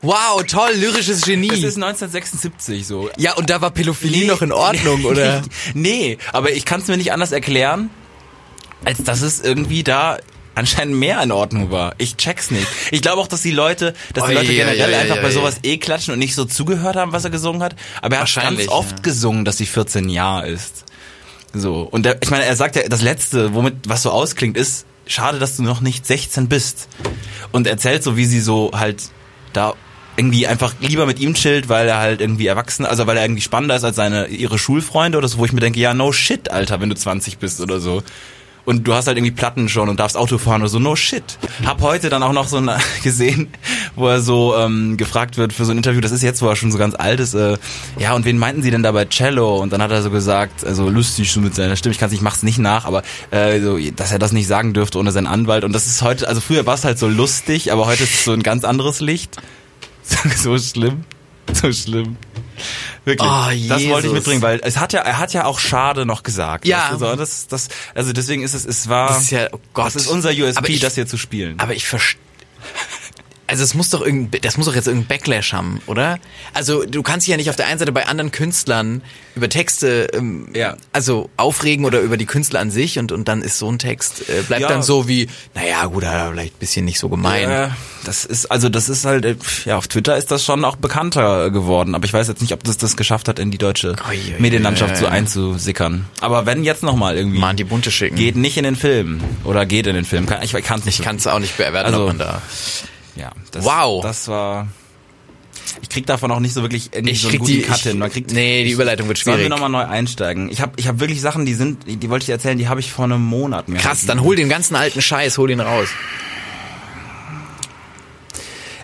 [SPEAKER 3] Wow, toll, lyrisches Genie.
[SPEAKER 2] Das ist 1976 so.
[SPEAKER 3] ja, und da war Pädophilie noch in Ordnung,
[SPEAKER 2] Nee,
[SPEAKER 3] oder?
[SPEAKER 2] Nee, aber ich kann es mir nicht anders erklären, als dass es irgendwie da anscheinend mehr in Ordnung war. Ich check's nicht. Ich glaube auch, dass die Leute, dass die
[SPEAKER 3] Oi,
[SPEAKER 2] Leute
[SPEAKER 3] oi,
[SPEAKER 2] generell
[SPEAKER 3] oi,
[SPEAKER 2] einfach
[SPEAKER 3] oi,
[SPEAKER 2] bei
[SPEAKER 3] oi.
[SPEAKER 2] sowas eh klatschen und nicht so zugehört haben, was er gesungen hat. Aber er hat ganz
[SPEAKER 3] Wahrscheinlich,
[SPEAKER 2] oft gesungen, dass sie 14 Jahre ist. So. Und der, ich meine, er sagt ja, das Letzte, womit, was so ausklingt, ist, schade, dass du noch nicht 16 bist. Und erzählt so, wie sie so halt da irgendwie einfach lieber mit ihm chillt, weil er halt irgendwie erwachsen, also weil er irgendwie spannender ist als seine, ihre Schulfreunde oder so, wo ich mir denke, ja, no shit, Alter, wenn du 20 bist oder so. Und du hast halt irgendwie Platten schon und darfst Auto fahren oder so, no shit. Hab heute dann auch noch so eine, gesehen, wo er so ähm, gefragt wird für so ein Interview, das ist jetzt, wo er schon so ganz alt ist, äh, ja, und wen meinten sie denn da bei Cello? Und dann hat er so gesagt, also lustig so mit seiner Stimme, ich kann's nicht, mach's nicht nach, aber äh, so, dass er das nicht sagen dürfte ohne seinen Anwalt. Und das ist heute, also früher war es halt so lustig, aber heute ist es so ein ganz anderes Licht. So schlimm. So schlimm. Wirklich.
[SPEAKER 3] Oh,
[SPEAKER 2] das wollte ich
[SPEAKER 3] Jesus.
[SPEAKER 2] mitbringen, weil es hat ja, er hat ja auch Schade noch gesagt.
[SPEAKER 3] Ja.
[SPEAKER 2] Weißt du, so, das, das, also deswegen ist es, es war.
[SPEAKER 3] Das ist ja- oh Gott.
[SPEAKER 2] Das ist unser USP,
[SPEAKER 3] Aber ich-
[SPEAKER 2] das hier zu spielen.
[SPEAKER 3] Aber ich verstehe. Also es muss doch irgendein, das muss doch jetzt irgendein Backlash haben, oder? Also du kannst dich ja nicht auf der einen Seite bei anderen Künstlern über Texte, ähm,
[SPEAKER 2] Ja.
[SPEAKER 3] also aufregen oder über die Künstler an sich und und dann ist so ein Text äh, bleibt
[SPEAKER 2] Ja.
[SPEAKER 3] dann so wie, naja gut, hat er vielleicht ein bisschen nicht so gemeint.
[SPEAKER 2] Äh, das ist, also das ist halt, äh, ja, auf Twitter ist das schon auch bekannter geworden, aber ich weiß jetzt nicht, ob das das geschafft hat, in die deutsche
[SPEAKER 3] Ui, ui,
[SPEAKER 2] Medienlandschaft
[SPEAKER 3] ui.
[SPEAKER 2] so einzusickern. Aber wenn jetzt nochmal irgendwie.
[SPEAKER 3] Mal an die Bunte schicken.
[SPEAKER 2] Geht nicht in den Film. Oder geht in den Film. Kann, ich kann es nicht.
[SPEAKER 3] Ich kann es auch nicht bewerten,
[SPEAKER 2] Also-
[SPEAKER 3] ob man da.
[SPEAKER 2] Ja, das,
[SPEAKER 3] Wow.
[SPEAKER 2] Das war. Ich krieg davon auch nicht so wirklich irgendwie
[SPEAKER 3] Ich
[SPEAKER 2] so einen
[SPEAKER 3] krieg
[SPEAKER 2] guten
[SPEAKER 3] die-
[SPEAKER 2] Cut
[SPEAKER 3] ich-
[SPEAKER 2] hin. Man kriegt,
[SPEAKER 3] nee, die Überleitung wird
[SPEAKER 2] Sollen wir
[SPEAKER 3] schwierig.
[SPEAKER 2] nochmal neu einsteigen? Ich habe ich hab wirklich Sachen, die sind, die, die wollte ich dir erzählen, die habe ich vor einem Monat mir.
[SPEAKER 3] Krass, dann hol den ganzen alten Scheiß, hol ihn raus.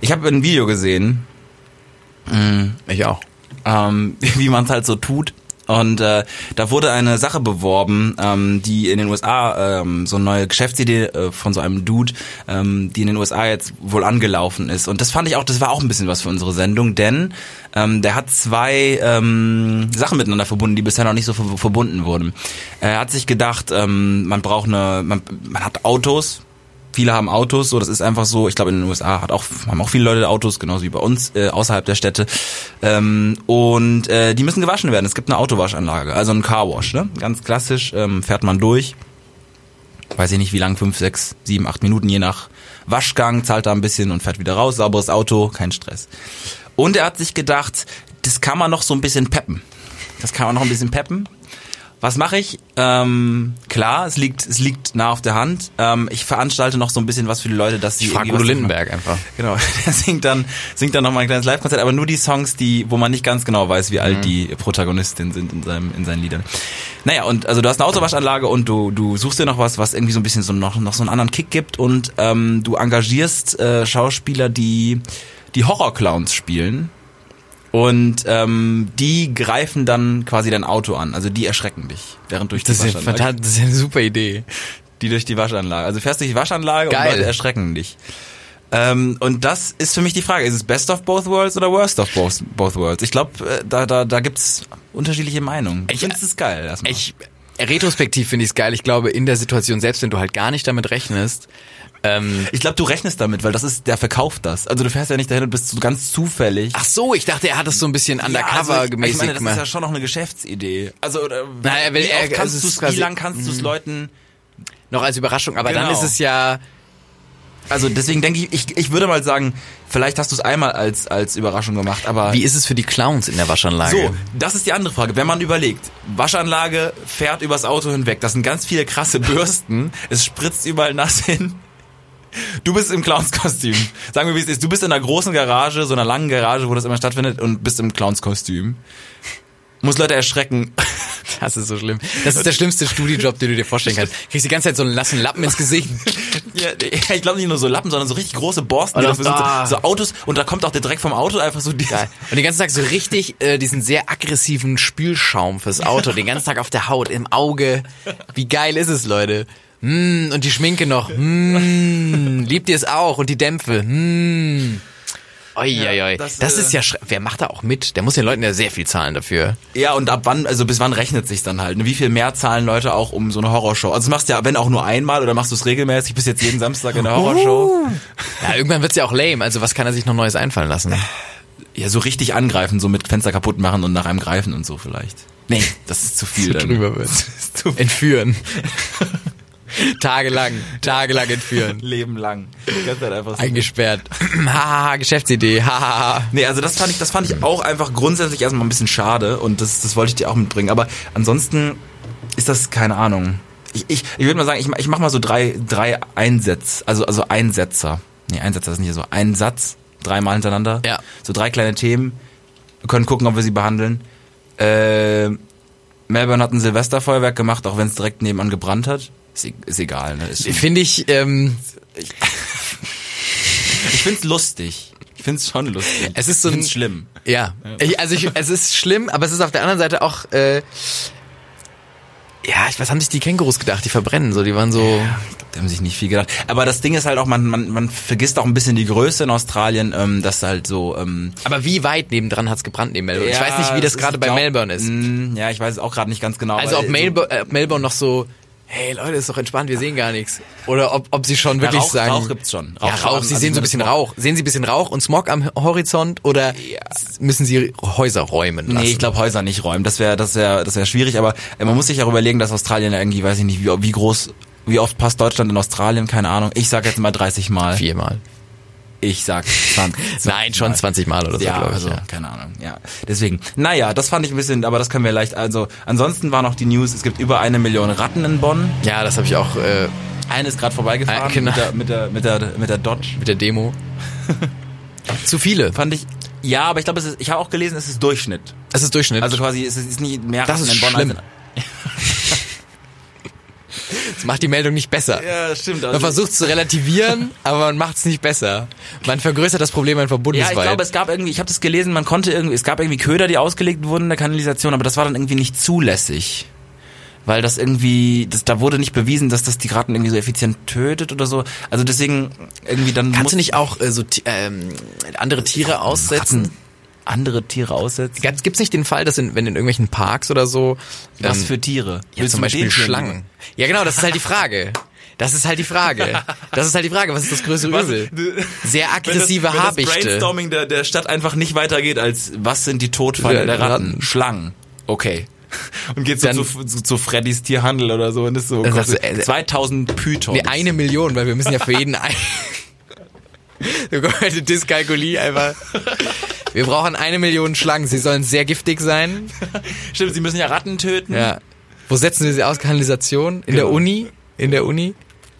[SPEAKER 2] Ich habe ein Video gesehen,
[SPEAKER 3] Ich auch.
[SPEAKER 2] ähm, wie man es halt so tut. Und äh, da wurde eine Sache beworben, ähm, die in den USA ähm, so eine neue Geschäftsidee äh, von so einem Dude, ähm, die in den USA jetzt wohl angelaufen ist. Und das fand ich auch, das war auch ein bisschen was für unsere Sendung, denn ähm, der hat zwei ähm, Sachen miteinander verbunden, die bisher noch nicht so ver verbunden wurden. Er hat sich gedacht, ähm, man braucht eine, man, man hat Autos, Viele haben Autos, so das ist einfach so. Ich glaube, in den USA hat auch, haben auch viele Leute Autos, genauso wie bei uns äh, außerhalb der Städte. Ähm, und äh, die müssen gewaschen werden. Es gibt eine Autowaschanlage, also ein Carwash, ne? Ganz klassisch ähm, fährt man durch. Weiß ich nicht, wie lang, fünf, sechs, sieben, acht Minuten, je nach Waschgang, zahlt da ein bisschen und fährt wieder raus. Sauberes Auto, kein Stress. Und er hat sich gedacht, das kann man noch so ein bisschen peppen. Das kann man noch ein bisschen peppen. Was mache ich? Ähm, klar, es liegt, es liegt nah auf der Hand. Ähm, ich veranstalte noch so ein bisschen was für die Leute, dass sie.
[SPEAKER 3] Ich frag
[SPEAKER 2] irgendwie
[SPEAKER 3] Udo
[SPEAKER 2] was-
[SPEAKER 3] Lindenberg einfach.
[SPEAKER 2] Genau, der singt dann, singt dann nochmal ein kleines Live-Konzert, aber nur die Songs, die, wo man nicht ganz genau weiß, wie
[SPEAKER 3] Mhm.
[SPEAKER 2] alt die Protagonistin sind in, seinem, in seinen Liedern. Naja, und also du hast eine Autowaschanlage und du, du suchst dir noch was, was irgendwie so ein bisschen so noch, noch so einen anderen Kick gibt und ähm, du engagierst äh, Schauspieler, die, die Horrorclowns spielen. Und ähm, die greifen dann quasi dein Auto an. Also die erschrecken dich, während durch die
[SPEAKER 3] Das ist, ja,
[SPEAKER 2] Waschanlage.
[SPEAKER 3] verdammt, das ist ja eine super Idee.
[SPEAKER 2] Die durch die Waschanlage. Also fährst durch die Waschanlage
[SPEAKER 3] Geil.
[SPEAKER 2] und Leute erschrecken dich. Ähm, und das ist für mich die Frage, ist es Best of Both Worlds oder Worst of Both, both Worlds? Ich glaube, äh, da, da, da gibt's unterschiedliche Meinungen. Ich
[SPEAKER 3] Ich-
[SPEAKER 2] finde es geil. Erstmal.
[SPEAKER 3] Ich, retrospektiv finde ich es geil. Ich glaube, in der Situation, selbst wenn du halt gar nicht damit rechnest, ähm,
[SPEAKER 2] Ich glaube, du rechnest damit, weil das ist, der verkauft das. Also du fährst ja nicht dahin und bist so ganz zufällig.
[SPEAKER 3] Ach so, ich dachte, er hat das so ein bisschen
[SPEAKER 2] also ich,
[SPEAKER 3] undercover-mäßig
[SPEAKER 2] ich meine, das
[SPEAKER 3] gemacht.
[SPEAKER 2] ist ja schon noch eine Geschäftsidee. Also oder,
[SPEAKER 3] Naja, weil
[SPEAKER 2] wie,
[SPEAKER 3] er-
[SPEAKER 2] oft kannst
[SPEAKER 3] es ist
[SPEAKER 2] du's-
[SPEAKER 3] quasi-
[SPEAKER 2] wie lang kannst du es Leuten
[SPEAKER 3] noch als Überraschung, aber dann
[SPEAKER 2] Genau.
[SPEAKER 3] ist es ja,
[SPEAKER 2] Also deswegen denke ich, ich, ich würde mal sagen, vielleicht hast du es einmal als, als Überraschung gemacht, aber
[SPEAKER 3] wie ist es für die Clowns in der Waschanlage?
[SPEAKER 2] so, das ist die andere Frage. Wenn man überlegt, Waschanlage fährt übers Auto hinweg, das sind ganz viele krasse Bürsten, es spritzt überall nass hin. Du bist im Clownskostüm. Sagen wir, wie es ist. Du bist in einer großen Garage, so einer langen Garage, wo das immer stattfindet und bist im Clownskostüm. Muss Leute erschrecken.
[SPEAKER 3] Das ist so schlimm. Das ist der schlimmste Studijob, den du dir vorstellen kannst. Kriegst die ganze Zeit so einen lassen Lappen ins Gesicht.
[SPEAKER 2] Ja, ich glaube nicht nur so Lappen, sondern so richtig große Borsten, die
[SPEAKER 3] Oder-
[SPEAKER 2] das versuchen,
[SPEAKER 3] Ah.
[SPEAKER 2] so, so Autos und da kommt auch der Dreck vom Auto einfach so die,
[SPEAKER 3] Und den ganzen Tag so richtig äh, diesen sehr aggressiven Spülschaum fürs Auto, den ganzen Tag auf der Haut, im Auge. Wie geil ist es, Leute? Mm, Hm, und die Schminke noch. Mm, liebt ihr es auch? Und die Dämpfe. Mm. Uiuiui.
[SPEAKER 2] Ja,
[SPEAKER 3] das,
[SPEAKER 2] das,
[SPEAKER 3] das
[SPEAKER 2] äh,
[SPEAKER 3] ist ja schre- Wer macht da auch mit? Der muss den Leuten ja sehr viel zahlen dafür.
[SPEAKER 2] Ja, und ab wann, also bis wann rechnet sich dann halt? ne? Wie viel mehr zahlen Leute auch um so eine Horrorshow? Also das machst du ja, wenn auch nur einmal oder machst du es regelmäßig, bis jetzt jeden Samstag in der Horrorshow.
[SPEAKER 3] Ja, irgendwann wird's ja auch lame. Also was kann er sich noch Neues einfallen lassen?
[SPEAKER 2] Ja, so richtig angreifen, so mit Fenster kaputt machen und nach einem greifen und so vielleicht. Nee, das ist zu viel. dann.
[SPEAKER 3] wird. Entführen. Tagelang, tagelang entführen.
[SPEAKER 2] Leben lang. Die ganze Zeit einfach so.
[SPEAKER 3] Eingesperrt. Hahaha, Geschäftsidee. Hahaha.
[SPEAKER 2] Nee, also das fand ich, das fand ich auch einfach grundsätzlich erstmal ein bisschen schade und das, das wollte ich dir auch mitbringen. Aber ansonsten ist das keine Ahnung. Ich, ich, ich würde mal sagen, ich, ma- ich mache mal so drei, drei Einsätze, also, also Einsetzer. Nee, Einsetzer ist nicht so. Ein Satz, dreimal hintereinander.
[SPEAKER 3] Ja.
[SPEAKER 2] So drei kleine Themen. Wir können gucken, ob wir sie behandeln. Äh, Melbourne hat ein Silvesterfeuerwerk gemacht, auch wenn es direkt nebenan gebrannt hat. Ist, e- ist egal. Ne? Ist, ich
[SPEAKER 3] Finde ich, ähm,
[SPEAKER 2] find's lustig. Ich find's schon lustig.
[SPEAKER 3] Es ist so
[SPEAKER 2] ich
[SPEAKER 3] ein-
[SPEAKER 2] find's schlimm.
[SPEAKER 3] Ja, ich, also ich, es ist schlimm, aber es ist auf der anderen Seite auch, äh, ja, ich, was haben sich die Kängurus gedacht? Die verbrennen so, die waren so,
[SPEAKER 2] Da haben sich nicht viel gedacht. Aber das Ding ist halt auch, man, man, man vergisst auch ein bisschen die Größe in Australien, ähm, dass halt so. Ähm,
[SPEAKER 3] aber wie weit nebendran hat's gebrannt neben Melbourne? ich weiß nicht, wie das
[SPEAKER 2] ist-
[SPEAKER 3] gerade bei
[SPEAKER 2] glaub-
[SPEAKER 3] Melbourne ist.
[SPEAKER 2] Mm, Ja, ich weiß es auch gerade nicht ganz genau.
[SPEAKER 3] Also
[SPEAKER 2] aber,
[SPEAKER 3] ob Melbourne, äh, Melbourne noch so, hey Leute, ist doch entspannt, wir sehen gar nichts. Oder ob, ob sie schon wirklich
[SPEAKER 2] Rauch-
[SPEAKER 3] sagen,
[SPEAKER 2] Rauch gibt's schon.
[SPEAKER 3] ja,
[SPEAKER 2] Rauch-
[SPEAKER 3] Rauch,
[SPEAKER 2] also
[SPEAKER 3] sie sehen so ein
[SPEAKER 2] zumindest
[SPEAKER 3] bisschen
[SPEAKER 2] Smog.
[SPEAKER 3] Rauch. Sehen sie ein bisschen Rauch und Smog am Horizont oder s- müssen sie Häuser räumen lassen?
[SPEAKER 2] Nee, ich glaube Häuser nicht räumen. Das wäre das wär, das wär schwierig, aber äh, man muss sich auch überlegen, dass Australien ja irgendwie, weiß ich nicht, wie, wie groß, wie oft passt Deutschland in Australien, keine Ahnung. Ich sag jetzt mal 30 Mal.
[SPEAKER 3] viermal.
[SPEAKER 2] Ich sag 20.
[SPEAKER 3] Nein, schon 20 Mal oder so,
[SPEAKER 2] ja,
[SPEAKER 3] glaube ich.
[SPEAKER 2] also,
[SPEAKER 3] ja.
[SPEAKER 2] keine Ahnung, ja. Deswegen, naja, das fand ich ein bisschen, aber das können wir leicht, also, ansonsten war noch die News, es gibt über eine Million Ratten in Bonn.
[SPEAKER 3] ja, das habe ich auch äh,
[SPEAKER 2] Eine ist gerade vorbeigefahren
[SPEAKER 3] Ah, genau.
[SPEAKER 2] mit, der, mit, der, mit, der, mit der Dodge.
[SPEAKER 3] mit der Demo. Zu viele.
[SPEAKER 2] Fand ich, ja, aber ich glaube, es ist- ich habe auch gelesen, es ist Durchschnitt.
[SPEAKER 3] Es ist Durchschnitt.
[SPEAKER 2] Also quasi, es ist nicht mehr
[SPEAKER 3] Das
[SPEAKER 2] Ratten
[SPEAKER 3] ist
[SPEAKER 2] in Bonn
[SPEAKER 3] schlimm.
[SPEAKER 2] als in-
[SPEAKER 3] das macht die Meldung nicht besser.
[SPEAKER 2] Ja, stimmt. also
[SPEAKER 3] Man versucht zu relativieren, aber man macht es nicht besser. Man vergrößert das Problem einfach
[SPEAKER 2] ja,
[SPEAKER 3] bundesweit.
[SPEAKER 2] ich glaube, es gab irgendwie, ich habe das gelesen, man konnte irgendwie, es gab irgendwie Köder, die ausgelegt wurden in der Kanalisation, aber das war dann irgendwie nicht zulässig. Weil das irgendwie, das, da wurde nicht bewiesen, dass das die Ratten irgendwie so effizient tötet oder so. Also deswegen irgendwie dann
[SPEAKER 3] Kannst
[SPEAKER 2] muss-
[SPEAKER 3] du nicht auch äh, so ti- ähm, andere Tiere aussetzen?
[SPEAKER 2] Ratten andere Tiere aussetzen.
[SPEAKER 3] Gibt's gibt's nicht den Fall, dass in, wenn in irgendwelchen Parks oder so,
[SPEAKER 2] Was
[SPEAKER 3] ähm,
[SPEAKER 2] für Tiere?
[SPEAKER 3] ja,
[SPEAKER 2] Willst
[SPEAKER 3] zum
[SPEAKER 2] du mit
[SPEAKER 3] Beispiel
[SPEAKER 2] den Tieren-
[SPEAKER 3] Schlangen? Ja, genau, das ist halt die Frage. Das ist halt die Frage. Das ist halt die Frage, was ist das größere
[SPEAKER 2] Was-
[SPEAKER 3] Übel?
[SPEAKER 2] du-
[SPEAKER 3] Sehr aggressive
[SPEAKER 2] wenn das, wenn das
[SPEAKER 3] Habichte.
[SPEAKER 2] Brainstorming der, der Stadt einfach nicht weitergeht als was sind die Todfälle
[SPEAKER 3] Ja,
[SPEAKER 2] der Ratten?
[SPEAKER 3] Ratten.
[SPEAKER 2] Schlangen. Okay. Und geht so
[SPEAKER 3] Dann-
[SPEAKER 2] zu, zu, zu Freddys Tierhandel oder so und ist so oh
[SPEAKER 3] Dann
[SPEAKER 2] Gott,
[SPEAKER 3] sagst du, äh,
[SPEAKER 2] 2000 Pythons.
[SPEAKER 3] Nee, eine Million, weil wir müssen ja für jeden ein. Du kommst Diskalkulie einfach. Wir brauchen eine Million Schlangen. Sie sollen sehr giftig sein.
[SPEAKER 2] Stimmt, sie müssen ja Ratten töten.
[SPEAKER 3] Ja. Wo setzen wir sie aus? Kanalisation? In der
[SPEAKER 2] Genau.
[SPEAKER 3] Uni? In der Uni?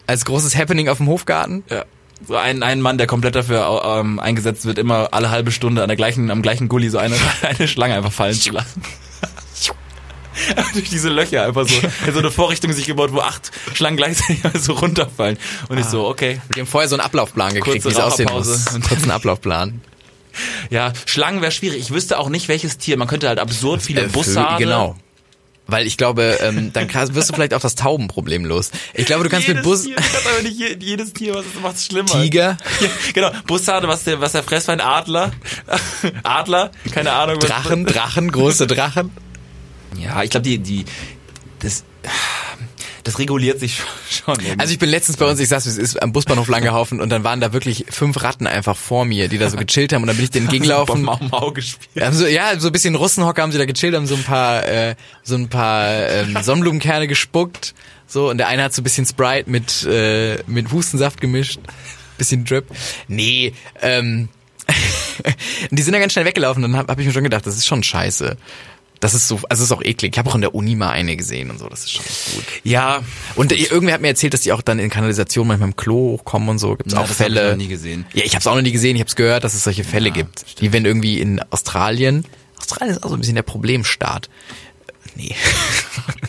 [SPEAKER 3] Als großes Happening auf dem Hofgarten?
[SPEAKER 2] Ja. So ein, ein Mann, der komplett dafür ähm, eingesetzt wird, immer alle halbe Stunde an der gleichen, am gleichen Gully so eine, eine Schlange einfach fallen zu lassen. Durch diese Löcher einfach so, so eine Vorrichtung sich gebaut, wo acht Schlangen gleichzeitig so runterfallen. Und
[SPEAKER 3] Ah.
[SPEAKER 2] ich so, okay.
[SPEAKER 3] Die haben vorher so einen Ablaufplan gekriegt, wie
[SPEAKER 2] Kurze
[SPEAKER 3] es aussehen muss.
[SPEAKER 2] Raucherpause.
[SPEAKER 3] Kurzen Ablaufplan.
[SPEAKER 2] Ja, Schlangen wäre schwierig. Ich wüsste auch nicht, welches Tier. Man könnte halt absurd viele
[SPEAKER 3] Äh,
[SPEAKER 2] Bussarde.
[SPEAKER 3] für- Genau. Weil ich glaube, ähm, dann krass- wirst du vielleicht auch das Taubenproblem los. Ich glaube, du kannst
[SPEAKER 2] jedes
[SPEAKER 3] mit Bus...
[SPEAKER 2] Tier, du kannst aber nicht je, jedes Tier, was es macht, es schlimmer.
[SPEAKER 3] Tiger,
[SPEAKER 2] Ja, genau, Bussarde, was der, was der Fressfeind, Adler, Adler, keine Ahnung. was-
[SPEAKER 3] Drachen, Drachen, große Drachen.
[SPEAKER 2] Ja, ich glaube, die, die, das, das reguliert sich schon.
[SPEAKER 3] Also ich bin letztens bei uns, ich saß, es ist am Busbahnhof langgehaufen und dann waren da wirklich fünf Ratten einfach vor mir, die da so gechillt haben und dann bin ich denen
[SPEAKER 2] Bob
[SPEAKER 3] entgegengelaufen.
[SPEAKER 2] Mau Mau gespielt.
[SPEAKER 3] Haben so, ja, so ein bisschen Russenhocker haben sie da gechillt, haben so ein paar, äh, so ein paar ähm, Sonnenblumenkerne gespuckt. So, und der eine hat so ein bisschen Sprite mit, äh, mit Hustensaft gemischt. Bisschen Drip. Nee, ähm. und die sind da ganz schnell weggelaufen, dann habe hab ich mir schon gedacht, das ist schon scheiße. Das ist so, also es ist auch eklig. Ich habe auch in der Uni mal eine gesehen und so, das ist schon nicht gut.
[SPEAKER 2] Ja,
[SPEAKER 3] Und äh, irgendwer hat mir erzählt, dass die auch dann in Kanalisation manchmal im Klo hochkommen und so. Gibt's
[SPEAKER 2] Na,
[SPEAKER 3] auch
[SPEAKER 2] das hab
[SPEAKER 3] Fälle.
[SPEAKER 2] ich noch nie gesehen.
[SPEAKER 3] Ja, ich habe es auch noch nie gesehen. Ich habe es gehört, dass es solche Fälle gibt. Wie wenn irgendwie in Australien. Australien ist auch so ein bisschen der Problemstaat. Nee.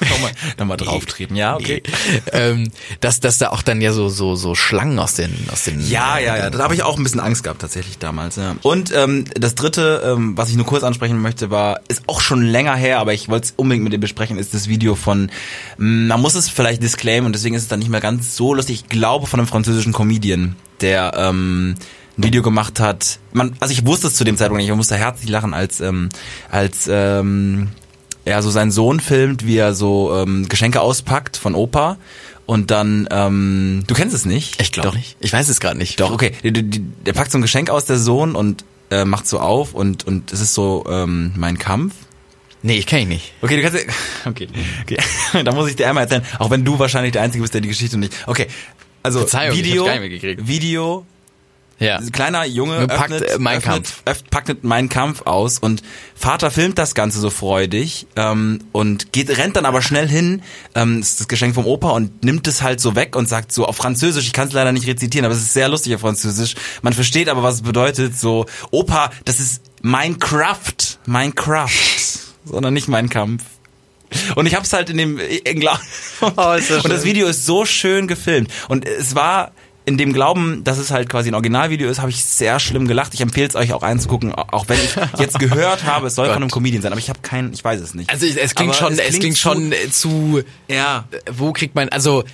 [SPEAKER 2] nochmal nochmal drauftreten. Ja, okay.
[SPEAKER 3] ähm, dass, dass da auch dann ja so, so, so Schlangen aus den, aus den.
[SPEAKER 2] Ja, ja, ja. Da habe ich auch ein bisschen Angst gehabt tatsächlich damals. Ja. Und ähm, das Dritte, ähm, was ich nur kurz ansprechen möchte, war, ist auch schon länger her, aber ich wollte es unbedingt mit dir besprechen, ist das Video von, mh, man muss es vielleicht disclaimen und deswegen ist es dann nicht mehr ganz so lustig, ich glaube von einem französischen Comedian, der ähm, ein Video gemacht hat. Man, also ich wusste es zu dem Zeitpunkt nicht, man musste herzlich lachen, als, ähm, als ähm, er so seinen Sohn filmt, wie er so ähm, Geschenke auspackt von Opa. Und dann, ähm, du kennst es nicht?
[SPEAKER 3] Ich glaube
[SPEAKER 2] Doch.
[SPEAKER 3] nicht. Ich weiß es gerade nicht.
[SPEAKER 2] Doch, okay. Der, der, der packt so ein Geschenk aus, der Sohn, und äh, macht so auf und, und es ist so ähm, mein Kampf.
[SPEAKER 3] Nee, ich kenne ihn nicht.
[SPEAKER 2] Okay, du kannst. Okay, okay. da muss ich dir einmal erzählen, auch wenn du wahrscheinlich der Einzige bist, der die Geschichte nicht. Okay, also
[SPEAKER 3] Verzeihung, ich
[SPEAKER 2] Video,
[SPEAKER 3] hab's gar nicht mehr gekriegt.
[SPEAKER 2] Video,
[SPEAKER 3] Ja.
[SPEAKER 2] ein kleiner Junge
[SPEAKER 3] Und packt,
[SPEAKER 2] öffnet,
[SPEAKER 3] äh, Mein
[SPEAKER 2] öffnet,
[SPEAKER 3] Kampf.
[SPEAKER 2] öff- packt meinen Kampf aus und Vater filmt das Ganze so freudig ähm, und geht, rennt dann aber schnell hin, ähm, ist das Geschenk vom Opa und nimmt es halt so weg und sagt so auf Französisch, ich kann es leider nicht rezitieren, aber es ist sehr lustig auf Französisch. Man versteht aber, was es bedeutet, so Opa, das ist Minecraft, Minecraft, sondern nicht mein Kampf. Und ich hab's halt in dem in Gla und,
[SPEAKER 3] Oh, ist das
[SPEAKER 2] und das
[SPEAKER 3] schön.
[SPEAKER 2] Video ist so schön gefilmt und es war in dem Glauben, dass es halt quasi ein Originalvideo ist, habe ich sehr schlimm gelacht. Ich empfehle es euch auch einzugucken, au- auch wenn ich jetzt gehört habe, es soll von einem Comedian sein, aber ich habe keinen, ich weiß es nicht.
[SPEAKER 3] Also es klingt
[SPEAKER 2] Aber
[SPEAKER 3] schon, es klingt, schon äh, zu.
[SPEAKER 2] ja,
[SPEAKER 3] äh, Wo kriegt man? Also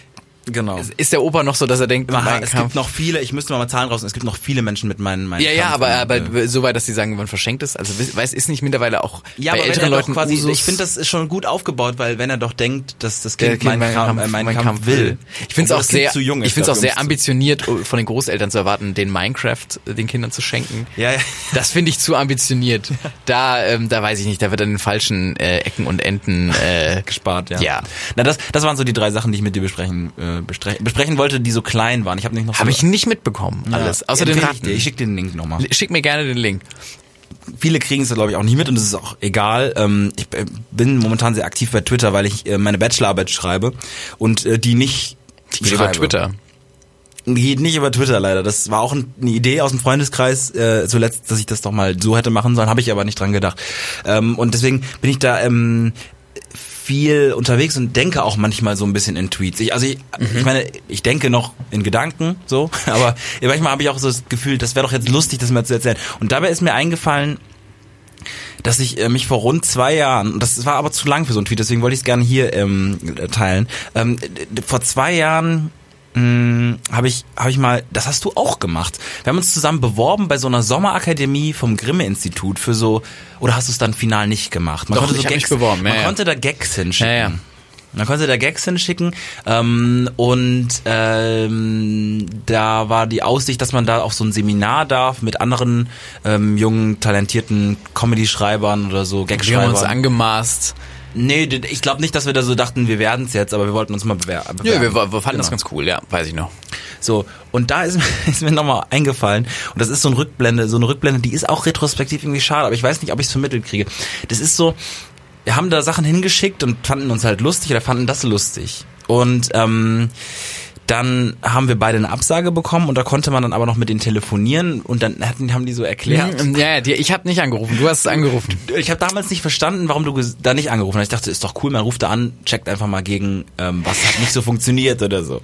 [SPEAKER 2] genau.
[SPEAKER 3] ist der Opa noch so, dass er denkt,
[SPEAKER 2] Man,
[SPEAKER 3] mein
[SPEAKER 2] es
[SPEAKER 3] Kampf.
[SPEAKER 2] gibt noch viele, ich müsste mal, mal Zahlen raus, es gibt noch viele Menschen mit meinen, meinen
[SPEAKER 3] ja, ja,
[SPEAKER 2] Kampf-
[SPEAKER 3] aber,
[SPEAKER 2] äh,
[SPEAKER 3] aber so weit, dass sie sagen, man verschenkt es. Also we- weiß ist nicht mittlerweile auch
[SPEAKER 2] ja,
[SPEAKER 3] bei
[SPEAKER 2] aber
[SPEAKER 3] älteren
[SPEAKER 2] wenn er
[SPEAKER 3] Leuten
[SPEAKER 2] doch quasi,
[SPEAKER 3] Usus?
[SPEAKER 2] ich finde, das ist schon gut aufgebaut, weil wenn er doch denkt, dass das
[SPEAKER 3] Der
[SPEAKER 2] Kind,
[SPEAKER 3] Kind
[SPEAKER 2] meinen
[SPEAKER 3] meinen
[SPEAKER 2] Kampf, äh, meinen Kampf, will.
[SPEAKER 3] Ich finde es
[SPEAKER 2] Obwohl
[SPEAKER 3] auch
[SPEAKER 2] das Kind
[SPEAKER 3] sehr,
[SPEAKER 2] zu jung ist
[SPEAKER 3] ich finde es auch
[SPEAKER 2] dafür, um
[SPEAKER 3] sehr
[SPEAKER 2] es zu-
[SPEAKER 3] ambitioniert uh, von den Großeltern zu erwarten, den Minecraft äh, den Kindern zu schenken.
[SPEAKER 2] Ja, ja.
[SPEAKER 3] Das finde ich zu ambitioniert. Da, ähm, da weiß ich nicht, da wird an den falschen äh, Ecken und Enden äh,
[SPEAKER 2] gespart, ja.
[SPEAKER 3] Ja.
[SPEAKER 2] Na, das, das waren so die drei Sachen, die ich mit dir besprechen, äh, bestre besprechen wollte, die so klein waren. Ich habe nicht noch so,
[SPEAKER 3] Habe ich nicht mitbekommen, alles. Außer den
[SPEAKER 2] Empfehle Ich,
[SPEAKER 3] Ratten.
[SPEAKER 2] dir. ich schicke dir den Link nochmal.
[SPEAKER 3] Schick mir gerne den Link.
[SPEAKER 2] Viele kriegen es, glaube ich, auch nicht mit und es ist auch egal. Ähm, ich äh, bin momentan sehr aktiv bei Twitter, weil ich äh, meine Bachelorarbeit schreibe und äh, die nicht
[SPEAKER 3] Geht über Twitter.
[SPEAKER 2] Geht nicht über Twitter leider. Das war auch ein- eine Idee aus dem Freundeskreis äh, zuletzt, dass ich das doch mal so hätte machen sollen, habe ich aber nicht dran gedacht. Ähm, und deswegen bin ich da ähm, viel unterwegs und denke auch manchmal so ein bisschen in Tweets. Ich, also ich,
[SPEAKER 3] Mhm.
[SPEAKER 2] ich meine, ich denke noch in Gedanken so, aber manchmal habe ich auch so das Gefühl, das wäre doch jetzt lustig, das mal zu erzählen. Und dabei ist mir eingefallen, dass ich äh, mich vor rund zwei Jahren, und das war aber zu lang für so einen Tweet, deswegen wollte ich es gerne hier ähm, teilen, ähm, d- vor zwei Jahren mm, habe ich, hab ich mal, das hast du auch gemacht. Wir haben uns zusammen beworben bei so einer Sommerakademie vom Grimme-Institut für so, oder hast du es dann final nicht gemacht? Man
[SPEAKER 3] Doch,
[SPEAKER 2] konnte so
[SPEAKER 3] ich hab mich
[SPEAKER 2] Gags,
[SPEAKER 3] beworben, ja,
[SPEAKER 2] man
[SPEAKER 3] ja.
[SPEAKER 2] konnte da Gags hinschicken.
[SPEAKER 3] Ja, ja.
[SPEAKER 2] Man konnte da Gags hinschicken ähm, und ähm, da war die Aussicht, dass man da auf so ein Seminar darf mit anderen ähm, jungen, talentierten Comedy-Schreibern oder so,
[SPEAKER 3] Wir haben uns
[SPEAKER 2] Gagschreibern.
[SPEAKER 3] angemaßt.
[SPEAKER 2] Nee, d- ich glaube nicht, dass wir da so dachten, wir werden es jetzt, aber wir wollten uns mal bewer bewerben.
[SPEAKER 3] Ja, wir, wir fanden das
[SPEAKER 2] Genau.
[SPEAKER 3] ganz cool, ja, weiß ich noch.
[SPEAKER 2] So, und da ist, mir- ist mir nochmal eingefallen, und das ist so eine Rückblende, so eine Rückblende, die ist auch retrospektiv irgendwie schade, aber ich weiß nicht, ob ich es vermittelt kriege. Das ist so, wir haben da Sachen hingeschickt und fanden uns halt lustig oder fanden das lustig. Und ähm, dann haben wir beide eine Absage bekommen und da konnte man dann aber noch mit denen telefonieren und dann hatten, haben die so erklärt.
[SPEAKER 3] Mhm, Ja, ja, die- ich habe nicht angerufen, du hast es angerufen.
[SPEAKER 2] Ich habe damals nicht verstanden, warum du ges- da nicht angerufen hast. Ich dachte, ist doch cool, man ruft da an, checkt einfach mal gegen, ähm, was hat nicht so funktioniert oder so.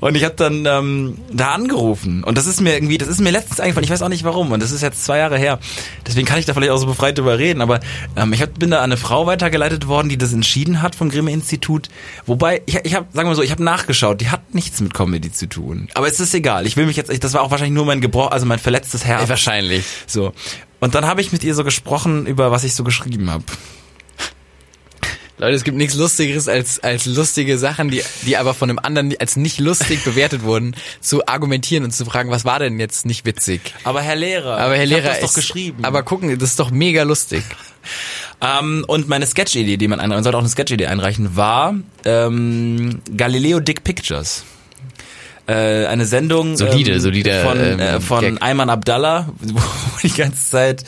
[SPEAKER 2] Und ich habe dann ähm, da angerufen. Und das ist mir irgendwie, das ist mir letztens eingefallen. Ich weiß auch nicht warum. Und das ist jetzt zwei Jahre her. Deswegen kann ich da vielleicht auch so befreit drüber reden. Aber ähm, ich hab, bin da an eine Frau weitergeleitet worden, die das entschieden hat vom Grimme-Institut. Wobei, ich, ich habe, sagen wir mal so, ich habe nachgeschaut. Die hat nichts mit Comedy zu tun. Aber es ist egal. Ich will mich jetzt, ich, das war auch wahrscheinlich nur mein Gebroch, also mein verletztes Herz.
[SPEAKER 3] Äh, Wahrscheinlich.
[SPEAKER 2] So. Und dann habe ich mit ihr so gesprochen über was ich so geschrieben habe.
[SPEAKER 3] Leute, es gibt nichts Lustigeres als, als lustige Sachen, die, die aber von einem anderen als nicht lustig bewertet wurden, zu argumentieren und zu fragen, was war denn jetzt nicht witzig?
[SPEAKER 2] Aber Herr Lehrer,
[SPEAKER 3] Aber Herr
[SPEAKER 2] ich
[SPEAKER 3] Lehrer,
[SPEAKER 2] hab das
[SPEAKER 3] es-
[SPEAKER 2] doch geschrieben.
[SPEAKER 3] aber gucken, das ist doch mega lustig.
[SPEAKER 2] ähm, und meine Sketch-Idee, die man einreichen, man sollte auch eine Sketch-Idee einreichen, war ähm, Galileo Dick Pictures. Äh, eine Sendung
[SPEAKER 3] Solide, solide,
[SPEAKER 2] von, äh,
[SPEAKER 3] ähm,
[SPEAKER 2] von
[SPEAKER 3] Gag.
[SPEAKER 2] Ayman Abdallah, wo die ganze Zeit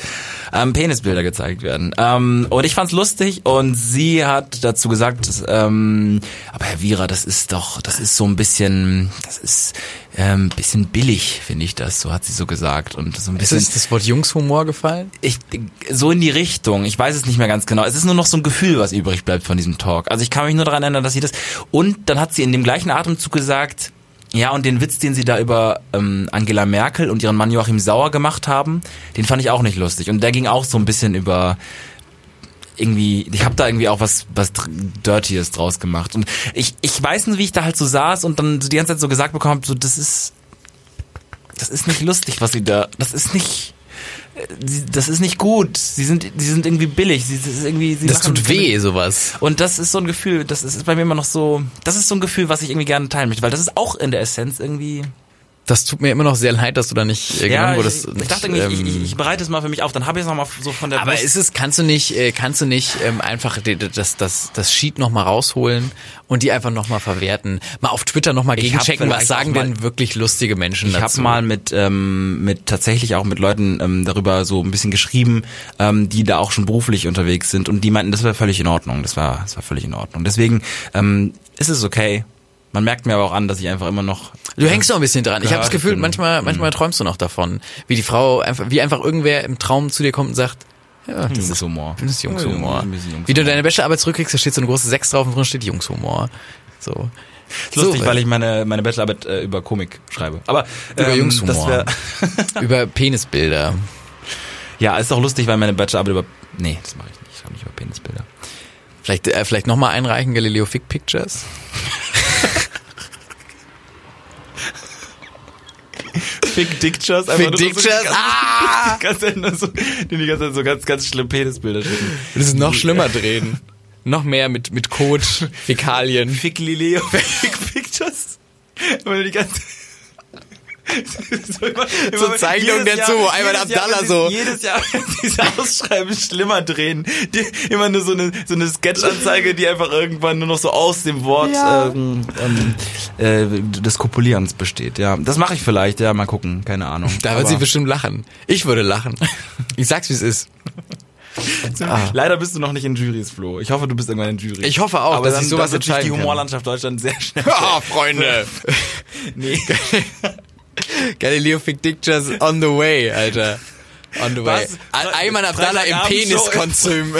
[SPEAKER 2] ähm, Penisbilder gezeigt werden. Ähm, und ich fand's lustig und sie hat dazu gesagt, dass, ähm, aber Herr Wierer, das ist doch, das ist so ein bisschen, das ist ähm, bisschen billig, finde ich das, so hat sie so gesagt. Und so ein
[SPEAKER 3] Ist
[SPEAKER 2] bisschen,
[SPEAKER 3] das, das Wort Jungshumor gefallen?
[SPEAKER 2] ich, so in die Richtung. Ich weiß es nicht mehr ganz genau. Es ist nur noch so ein Gefühl, was übrig bleibt von diesem Talk. Also ich kann mich nur daran erinnern, dass sie das. Und dann hat sie in dem gleichen Atemzug gesagt, ja, und den Witz, den sie da über ähm, Angela Merkel und ihren Mann Joachim Sauer gemacht haben, den fand ich auch nicht lustig. Und der ging auch so ein bisschen über irgendwie, ich habe da irgendwie auch was was dr- Dirtyes draus gemacht. Und ich, ich weiß nicht, wie ich da halt so saß und dann so die ganze Zeit so gesagt bekommen hab, so das ist das ist nicht lustig, was sie da, das ist nicht, äh, sie- das ist nicht gut. Sie sind, sie sind irgendwie billig. Sie, das ist irgendwie, sie
[SPEAKER 3] Das
[SPEAKER 2] machen-
[SPEAKER 3] tut weh, sowas.
[SPEAKER 2] Und das ist so ein Gefühl, das ist bei mir immer noch so, das ist so ein Gefühl, was ich irgendwie gerne teilen möchte, weil das ist auch in der Essenz irgendwie.
[SPEAKER 3] Das tut mir immer noch sehr leid, dass du da nicht äh,
[SPEAKER 2] Ja,
[SPEAKER 3] genommen
[SPEAKER 2] ich,
[SPEAKER 3] wurdest.
[SPEAKER 2] ich,
[SPEAKER 3] und,
[SPEAKER 2] dachte irgendwie,
[SPEAKER 3] ähm,
[SPEAKER 2] ich, ich, ich bereite es mal für mich auf, dann habe ich es nochmal so von der
[SPEAKER 3] Aber
[SPEAKER 2] Brust.
[SPEAKER 3] ist es, kannst du nicht, äh, kannst du nicht ähm, einfach die- die- das, das, das Sheet nochmal rausholen und die einfach nochmal verwerten? Mal auf Twitter nochmal
[SPEAKER 2] Ich hab
[SPEAKER 3] gegenchecken, was
[SPEAKER 2] vielleicht
[SPEAKER 3] sagen
[SPEAKER 2] auch mal-
[SPEAKER 3] denn wirklich lustige Menschen
[SPEAKER 2] Ich
[SPEAKER 3] dazu?
[SPEAKER 2] habe mal mit ähm, mit tatsächlich auch mit Leuten ähm, darüber so ein bisschen geschrieben, ähm, die da auch schon beruflich unterwegs sind und die meinten, das war völlig in Ordnung, das war das war völlig in Ordnung. Deswegen ähm, ist es okay. Man merkt mir aber auch an, dass ich einfach immer noch
[SPEAKER 3] Du hängst noch ein bisschen dran. Ich mhm.
[SPEAKER 2] Ja,
[SPEAKER 3] habe das
[SPEAKER 2] ich
[SPEAKER 3] Gefühl,
[SPEAKER 2] bin-
[SPEAKER 3] manchmal, manchmal träumst du noch davon, wie die Frau einfach, wie einfach irgendwer im Traum zu dir kommt und sagt, Oh, ja, das ist
[SPEAKER 2] Jungshumor.
[SPEAKER 3] Das ist
[SPEAKER 2] Ja,
[SPEAKER 3] Jungshumor.
[SPEAKER 2] ein bisschen Jungshumor.
[SPEAKER 3] Wie du deine Bachelorarbeit zurückkriegst, da steht so eine große 6 drauf und drin steht Jungshumor. So.
[SPEAKER 2] lustig,
[SPEAKER 3] so, äh,
[SPEAKER 2] weil ich meine meine Bachelorarbeit äh, über Komik schreibe. Aber ähm,
[SPEAKER 3] Über Jungshumor.
[SPEAKER 2] das wär-
[SPEAKER 3] über Penisbilder.
[SPEAKER 2] ja, ist doch lustig, weil meine Bachelorarbeit über nee, das mache ich nicht. Ich schreibe nicht über Penisbilder.
[SPEAKER 3] Vielleicht, äh, vielleicht nochmal einreichen, Galileo Fick Pictures.
[SPEAKER 2] Big Dictures,
[SPEAKER 3] Fick
[SPEAKER 2] nur so die
[SPEAKER 3] Pictures.
[SPEAKER 2] ganze-
[SPEAKER 3] Ah!
[SPEAKER 2] die ganze Zeit nur so, die die ganze Zeit so ganz ganz schlimm Penisbilder schicken.
[SPEAKER 3] Das ist noch schlimmer drehen. Noch mehr mit, mit Kot, Fäkalien.
[SPEAKER 2] Fick Lileo, Fick Pictures. Weil die ganze so immer,
[SPEAKER 3] Zur Zeichnung
[SPEAKER 2] jedes
[SPEAKER 3] dazu,
[SPEAKER 2] Jahr-
[SPEAKER 3] einmal
[SPEAKER 2] jedes
[SPEAKER 3] der
[SPEAKER 2] Jahr,
[SPEAKER 3] Abdallah
[SPEAKER 2] wenn
[SPEAKER 3] so.
[SPEAKER 2] sie- Jedes Jahr, wenn sie diese Ausschreiben schlimmer drehen. Die, immer nur so eine, so eine Sketch-Anzeige, die einfach irgendwann nur noch so aus dem Wort ähm, ähm, äh, des Kopulierens besteht. Ja, das mache ich vielleicht. Ja, mal gucken. Keine Ahnung.
[SPEAKER 3] Da wird
[SPEAKER 2] Aber-
[SPEAKER 3] sie bestimmt lachen. Ich würde lachen. Ich sag's, wie es ist.
[SPEAKER 2] Leider bist du noch nicht in Juries, Flo. Ich hoffe, du bist irgendwann in Jury.
[SPEAKER 3] Ah. Ich hoffe auch,
[SPEAKER 2] Aber
[SPEAKER 3] dass
[SPEAKER 2] dann,
[SPEAKER 3] ich sowas
[SPEAKER 2] dann wird sich die
[SPEAKER 3] entscheiden kann.
[SPEAKER 2] Humorlandschaft Deutschland sehr schnell.
[SPEAKER 3] Ah, Freunde.
[SPEAKER 2] Nee.
[SPEAKER 3] Galileo Fick Pictures on the way, Alter. On the way.
[SPEAKER 2] Was?
[SPEAKER 3] Al- Ayman Abdallah im
[SPEAKER 2] Freitagabendshow-
[SPEAKER 3] Peniskonsum.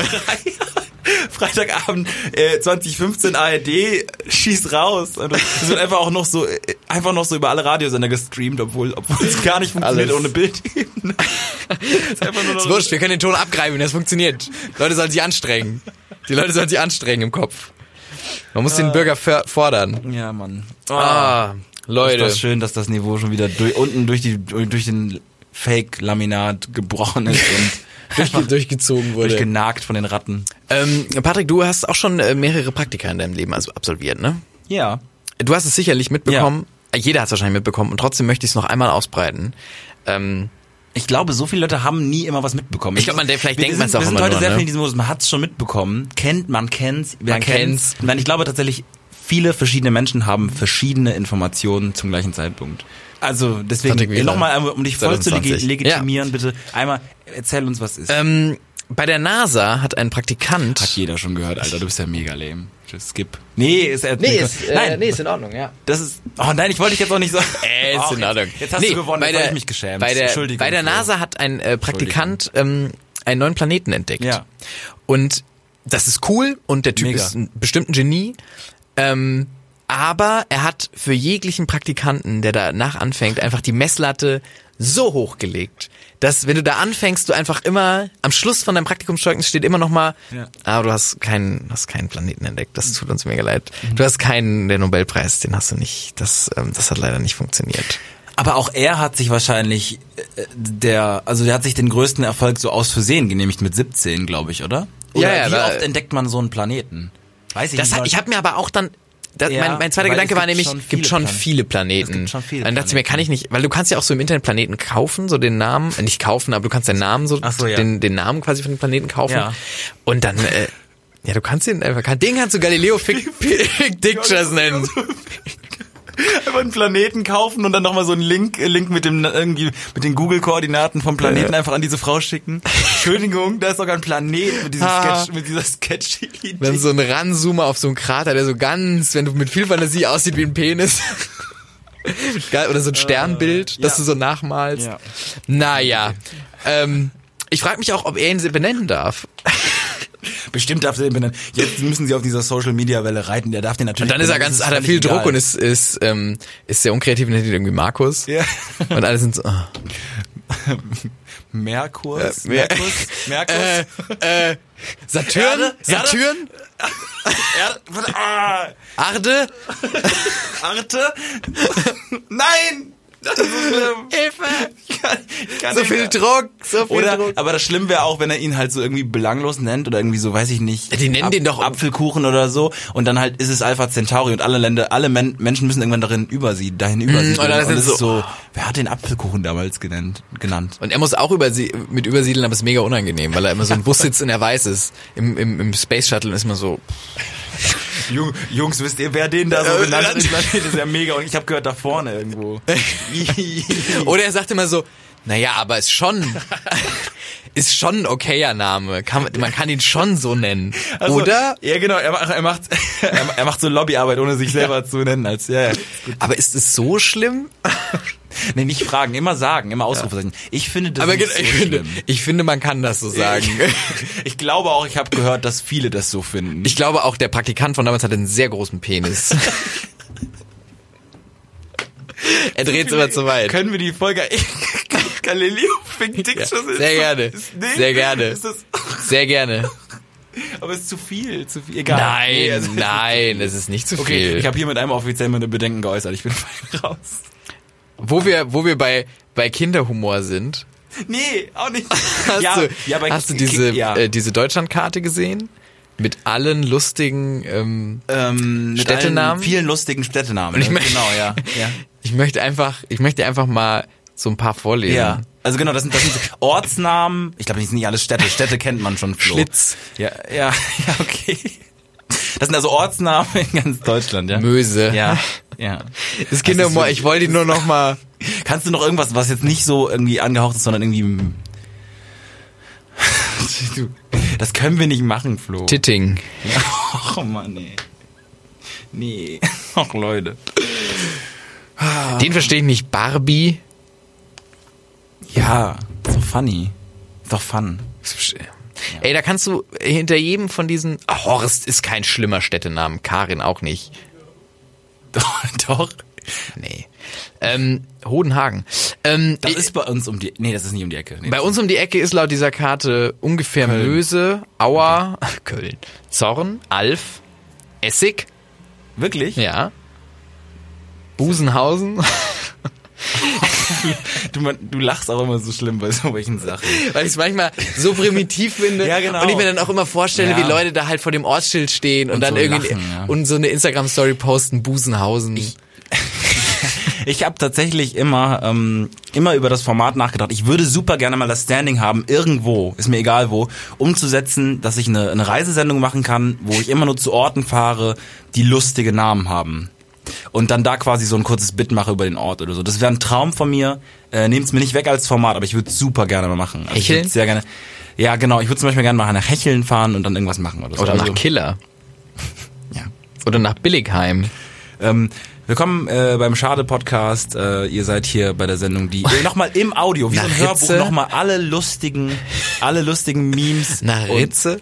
[SPEAKER 2] Freitagabend äh, 2015 ARD schieß raus. Und es wird einfach auch noch so äh, einfach noch so über alle Radiosender gestreamt, obwohl obwohl es gar nicht funktioniert
[SPEAKER 3] Alles.
[SPEAKER 2] ohne Bildebene. Es ist einfach nur
[SPEAKER 3] Ist
[SPEAKER 2] noch-
[SPEAKER 3] wurscht, wir können den Ton abgreifen, das funktioniert. Leute sollen sich anstrengen. Die Leute sollen sich anstrengen im Kopf. Man muss
[SPEAKER 2] Ah.
[SPEAKER 3] den Bürger för- fordern.
[SPEAKER 2] Ja, Mann. Oh,
[SPEAKER 3] Ah,
[SPEAKER 2] ist
[SPEAKER 3] Leute.
[SPEAKER 2] das schön, dass das Niveau schon wieder durch, unten durch die durch den Fake Laminat gebrochen ist und
[SPEAKER 3] Durchge durchgezogen
[SPEAKER 2] durchgenagt von den Ratten.
[SPEAKER 3] Ähm, Patrick, du hast auch schon äh, mehrere Praktika in deinem Leben also absolviert, ne?
[SPEAKER 2] Ja.
[SPEAKER 3] Du hast es sicherlich mitbekommen. Jeder hat es wahrscheinlich mitbekommen und trotzdem möchte ich es noch einmal ausbreiten. Ähm,
[SPEAKER 2] Ich glaube, so viele Leute haben nie immer was mitbekommen.
[SPEAKER 3] Ich glaub, man- vielleicht
[SPEAKER 2] wir
[SPEAKER 3] denkt
[SPEAKER 2] sind-
[SPEAKER 3] man's auch
[SPEAKER 2] Wir sind
[SPEAKER 3] immer
[SPEAKER 2] heute
[SPEAKER 3] nur,
[SPEAKER 2] sehr
[SPEAKER 3] ne?
[SPEAKER 2] viel in diesem Modus. Man hat's schon mitbekommen. Kennt, man kennt's. Wer
[SPEAKER 3] Man kennt's.
[SPEAKER 2] Nein, ich glaube tatsächlich, viele verschiedene Menschen haben verschiedene Informationen zum gleichen Zeitpunkt. Also
[SPEAKER 3] Patrick
[SPEAKER 2] deswegen
[SPEAKER 3] Wieler.
[SPEAKER 2] nochmal, um dich voll zu legi
[SPEAKER 3] 27.
[SPEAKER 2] legitimieren, bitte einmal erzähl uns, was ist.
[SPEAKER 3] ähm, bei der NASA hat ein Praktikant.
[SPEAKER 2] Hat jeder schon gehört, Alter. Du bist ja mega lame. Tschüss, skip. Nee, ist er. nein,
[SPEAKER 3] ist in Ordnung, ja.
[SPEAKER 2] das ist. Oh nein, ich wollte dich jetzt auch nicht sagen.
[SPEAKER 3] Äh,
[SPEAKER 2] Och,
[SPEAKER 3] ist in Ordnung.
[SPEAKER 2] Jetzt, jetzt hast du gewonnen.
[SPEAKER 3] bei
[SPEAKER 2] jetzt
[SPEAKER 3] der-
[SPEAKER 2] hab ich mich geschämt.
[SPEAKER 3] Bei der,
[SPEAKER 2] Entschuldigung.
[SPEAKER 3] bei der
[SPEAKER 2] Flo.
[SPEAKER 3] NASA hat ein äh, Praktikant ähm, einen neuen Planeten entdeckt.
[SPEAKER 2] Ja.
[SPEAKER 3] Und das ist cool und der Typ
[SPEAKER 2] Mega.
[SPEAKER 3] ist ein, bestimmt ein Genie. Ähm, aber er hat für jeglichen Praktikanten, der danach anfängt, einfach die Messlatte so hochgelegt, dass wenn du da anfängst, du einfach immer am Schluss von deinem Praktikumszeugnis steht immer noch mal,
[SPEAKER 2] Ja. Mhm.
[SPEAKER 3] aber du hast keinen, hast keinen Planeten entdeckt. Das tut uns mega leid. Du hast keinen, der Nobelpreis, den hast du nicht. Das, ähm, das hat leider nicht funktioniert.
[SPEAKER 2] Aber auch er hat sich wahrscheinlich äh, der, also der hat sich den größten Erfolg so aus Versehen genehmigt mit 17, glaube ich, oder? oder
[SPEAKER 3] Ja, ja,
[SPEAKER 2] wie
[SPEAKER 3] da-
[SPEAKER 2] oft entdeckt man so einen Planeten? Weiß ich
[SPEAKER 3] Das
[SPEAKER 2] nicht.
[SPEAKER 3] hat, ich habe mir aber auch dann da,
[SPEAKER 2] Ja,
[SPEAKER 3] mein, mein zweiter
[SPEAKER 2] weil
[SPEAKER 3] Gedanke
[SPEAKER 2] es
[SPEAKER 3] war
[SPEAKER 2] gibt
[SPEAKER 3] nämlich,
[SPEAKER 2] schon
[SPEAKER 3] gibt
[SPEAKER 2] viele
[SPEAKER 3] schon
[SPEAKER 2] Planeten.
[SPEAKER 3] viele Planeten.
[SPEAKER 2] Es gibt schon viele
[SPEAKER 3] dann dachte ich mir, kann ich nicht, weil du kannst ja auch so im Internet Planeten kaufen, so den Namen, äh, nicht kaufen, aber du kannst den Namen so,
[SPEAKER 2] Ach so, ja.
[SPEAKER 3] den, den Namen quasi von den Planeten kaufen.
[SPEAKER 2] Ja.
[SPEAKER 3] Und dann, äh, ja, du kannst den einfach, kann- den kannst du Galileo Fick, Fick Dictures nennen.
[SPEAKER 2] einfach einen Planeten kaufen und dann nochmal so einen Link, äh, Link mit dem irgendwie mit den Google-Koordinaten vom Planeten einfach an diese Frau schicken. Entschuldigung, da ist sogar ein Planet mit diesem
[SPEAKER 3] Ah.
[SPEAKER 2] Sketch, mit dieser Sketch-Idee.
[SPEAKER 3] Dann so ein Ranzoomer auf so einen Krater, der so ganz, wenn du mit viel Fantasie aussieht wie ein Penis. Geil, Oder so ein Sternbild, das
[SPEAKER 2] Äh, ja.
[SPEAKER 3] du so nachmalst.
[SPEAKER 2] Ja.
[SPEAKER 3] Naja. Ähm, ich frage mich auch, ob er ihn benennen darf.
[SPEAKER 2] Bestimmt darf er den benennen. Jetzt müssen sie auf dieser Social-Media-Welle reiten, der darf den natürlich.
[SPEAKER 3] Und dann ist er ganz, hat er viel Druck und ist, ist, ähm, ist sehr unkreativ und nennt ihn irgendwie Markus.
[SPEAKER 2] Ja.
[SPEAKER 3] Und alle sind so, ah.
[SPEAKER 2] Merkurs,
[SPEAKER 3] Äh, Mer-
[SPEAKER 2] Merkurs, Merkurs.
[SPEAKER 3] äh, äh, Saturn?
[SPEAKER 2] Erde? Erde?
[SPEAKER 3] Saturn?
[SPEAKER 2] Er, warte, ah,
[SPEAKER 3] Arde?
[SPEAKER 2] Arte? Nein!
[SPEAKER 3] Hilfe!
[SPEAKER 2] Kann
[SPEAKER 3] So
[SPEAKER 2] nicht
[SPEAKER 3] viel
[SPEAKER 2] mehr.
[SPEAKER 3] Druck, so viel
[SPEAKER 2] Oder,
[SPEAKER 3] Druck.
[SPEAKER 2] aber das Schlimm wäre auch, wenn er ihn halt so irgendwie belanglos nennt oder irgendwie so, weiß ich nicht.
[SPEAKER 3] Die nennen den doch-
[SPEAKER 2] Apfelkuchen oder so. Und dann halt ist es Alpha Centauri und alle Länder, alle Men Menschen müssen irgendwann darin über sie, dahin über sie.
[SPEAKER 3] Mhm, oder das
[SPEAKER 2] und es
[SPEAKER 3] ist
[SPEAKER 2] ist so, wer hat den Apfelkuchen damals genannt, genannt?
[SPEAKER 3] Und er muss auch übersie mit übersiedeln, aber es ist mega unangenehm, weil er immer so im Bus sitzt und er weiß es. Im, im, im Space Shuttle und ist immer so.
[SPEAKER 2] Jung, Jungs, wisst ihr, wer den da so
[SPEAKER 3] Äh,
[SPEAKER 2] benannt hat?
[SPEAKER 3] äh,
[SPEAKER 2] Das ist ja mega. Und ich habe gehört, da vorne irgendwo.
[SPEAKER 3] Oder er sagt immer so, naja, aber ist schon. Ist schon ein okayer Name. Kann, man- man kann ihn schon so nennen.
[SPEAKER 2] Also,
[SPEAKER 3] Oder?
[SPEAKER 2] Ja, genau. Er, macht- er macht, er, macht so Lobbyarbeit, ohne sich selber zu nennen als, ja, ja.
[SPEAKER 3] Aber ist es so schlimm?
[SPEAKER 2] Nee, nicht fragen, immer sagen, immer Ausrufezeichen. Ich finde das
[SPEAKER 3] Aber
[SPEAKER 2] nicht
[SPEAKER 3] gen-
[SPEAKER 2] so
[SPEAKER 3] ich, finde,
[SPEAKER 2] schlimm.
[SPEAKER 3] ich finde, man kann das so sagen.
[SPEAKER 2] Ich glaube auch, ich habe gehört, dass viele das so finden.
[SPEAKER 3] Ich glaube auch, der Praktikant von damals hatte einen sehr großen Penis. er dreht es immer zu weit.
[SPEAKER 2] Können wir die Folge Galileo Fick Dick
[SPEAKER 3] Ja,
[SPEAKER 2] schon
[SPEAKER 3] sehr gerne. Sehr gerne.
[SPEAKER 2] Ist das,
[SPEAKER 3] Sehr gerne.
[SPEAKER 2] aber es ist zu viel, zu viel. Egal. Nee,
[SPEAKER 3] Nein,
[SPEAKER 2] also-
[SPEAKER 3] nein, es ist nicht zu
[SPEAKER 2] Okay,
[SPEAKER 3] viel.
[SPEAKER 2] ich habe hier mit einem offiziell meine Bedenken geäußert. Ich bin fein raus.
[SPEAKER 3] wo wir, wo wir bei, bei Kinderhumor sind,
[SPEAKER 2] Nee, auch nicht.
[SPEAKER 3] hast,
[SPEAKER 2] ja,
[SPEAKER 3] du,
[SPEAKER 2] ja, bei
[SPEAKER 3] hast du
[SPEAKER 2] Ki-
[SPEAKER 3] diese,
[SPEAKER 2] ja.
[SPEAKER 3] äh, diese Deutschlandkarte gesehen? Mit allen lustigen, ähm,
[SPEAKER 2] ähm, mit
[SPEAKER 3] Städtenamen?
[SPEAKER 2] allen vielen lustigen Städtenamen.
[SPEAKER 3] ich
[SPEAKER 2] ne?
[SPEAKER 3] mein-
[SPEAKER 2] genau, ja. ja.
[SPEAKER 3] ich möchte einfach, ich möchte einfach mal so ein paar vorlesen.
[SPEAKER 2] Ja. Also genau, das sind, das sind Ortsnamen. Ich glaube, das sind nicht alles Städte. Städte kennt man schon. Flo.
[SPEAKER 3] Schlitz,
[SPEAKER 2] Ja, ja, ja, okay. Das sind also Ortsnamen in ganz Deutschland, ja.
[SPEAKER 3] Möse.
[SPEAKER 2] Ja, Also ja.
[SPEAKER 3] Das Kinderhumor, ich wollte ihn nur noch mal,
[SPEAKER 2] Kannst du noch irgendwas, was jetzt nicht so irgendwie angehaucht ist, sondern irgendwie. Du, das können wir nicht machen, Flo.
[SPEAKER 3] Titting.
[SPEAKER 2] Oh Mann, ey. Nee. Ach, Leute.
[SPEAKER 3] Ah. Den verstehe ich nicht. Barbie.
[SPEAKER 2] Ja, so funny. Ist doch fun.
[SPEAKER 3] Ey, da kannst du hinter jedem von diesen. Ah, Horst ist kein schlimmer Städtenamen. Karin auch nicht.
[SPEAKER 2] Doch, doch.
[SPEAKER 3] Nee. Ähm, Hodenhagen. Ähm,
[SPEAKER 2] Das
[SPEAKER 3] äh,
[SPEAKER 2] ist bei uns um die. Nee, das ist nicht um die Ecke. Nee.
[SPEAKER 3] bei uns um die Ecke ist laut dieser Karte ungefähr Möse, Auer, Köln, Zorn, Alf, Essig,
[SPEAKER 2] Wirklich?
[SPEAKER 3] ja, Busenhausen,
[SPEAKER 2] Du, man, du lachst auch immer so schlimm bei so welchen Sachen.
[SPEAKER 3] weil ich es manchmal so primitiv finde
[SPEAKER 2] Ja, genau.
[SPEAKER 3] und ich mir dann auch immer vorstelle,
[SPEAKER 2] Ja.
[SPEAKER 3] wie Leute da halt vor dem Ortsschild stehen und,
[SPEAKER 2] Und
[SPEAKER 3] dann
[SPEAKER 2] so
[SPEAKER 3] irgendwie
[SPEAKER 2] lachen, ja.
[SPEAKER 3] und so eine Instagram-Story posten, Busenhausen.
[SPEAKER 2] Ich habe tatsächlich immer, ähm, immer über das Format nachgedacht. Ich würde super gerne mal das Standing haben, irgendwo, ist mir egal wo, umzusetzen, dass ich eine, eine Reisesendung machen kann, wo ich immer nur zu Orten fahre, die lustige Namen haben. Und dann da quasi so ein kurzes Bit mache über den Ort oder so. Das wäre ein Traum von mir. Äh, Nehmt es mir nicht weg als Format, aber ich würde super gerne mal machen. Also ich
[SPEAKER 3] Hecheln?
[SPEAKER 2] würd's Sehr gerne. Ja, genau. Ich würde zum Beispiel gerne mal nach Hecheln fahren und dann irgendwas machen oder so.
[SPEAKER 3] Oder
[SPEAKER 2] also,
[SPEAKER 3] nach Killer.
[SPEAKER 2] Ja.
[SPEAKER 3] Oder nach Billigheim.
[SPEAKER 2] Ähm, willkommen äh, beim Schade-Podcast. Äh, ihr seid hier bei der Sendung, die äh, nochmal im Audio, wie so ein
[SPEAKER 3] Nach
[SPEAKER 2] Hörbuch,
[SPEAKER 3] Ritze.
[SPEAKER 2] nochmal alle lustigen, alle lustigen Memes
[SPEAKER 3] Nach
[SPEAKER 2] und,
[SPEAKER 3] Ritze.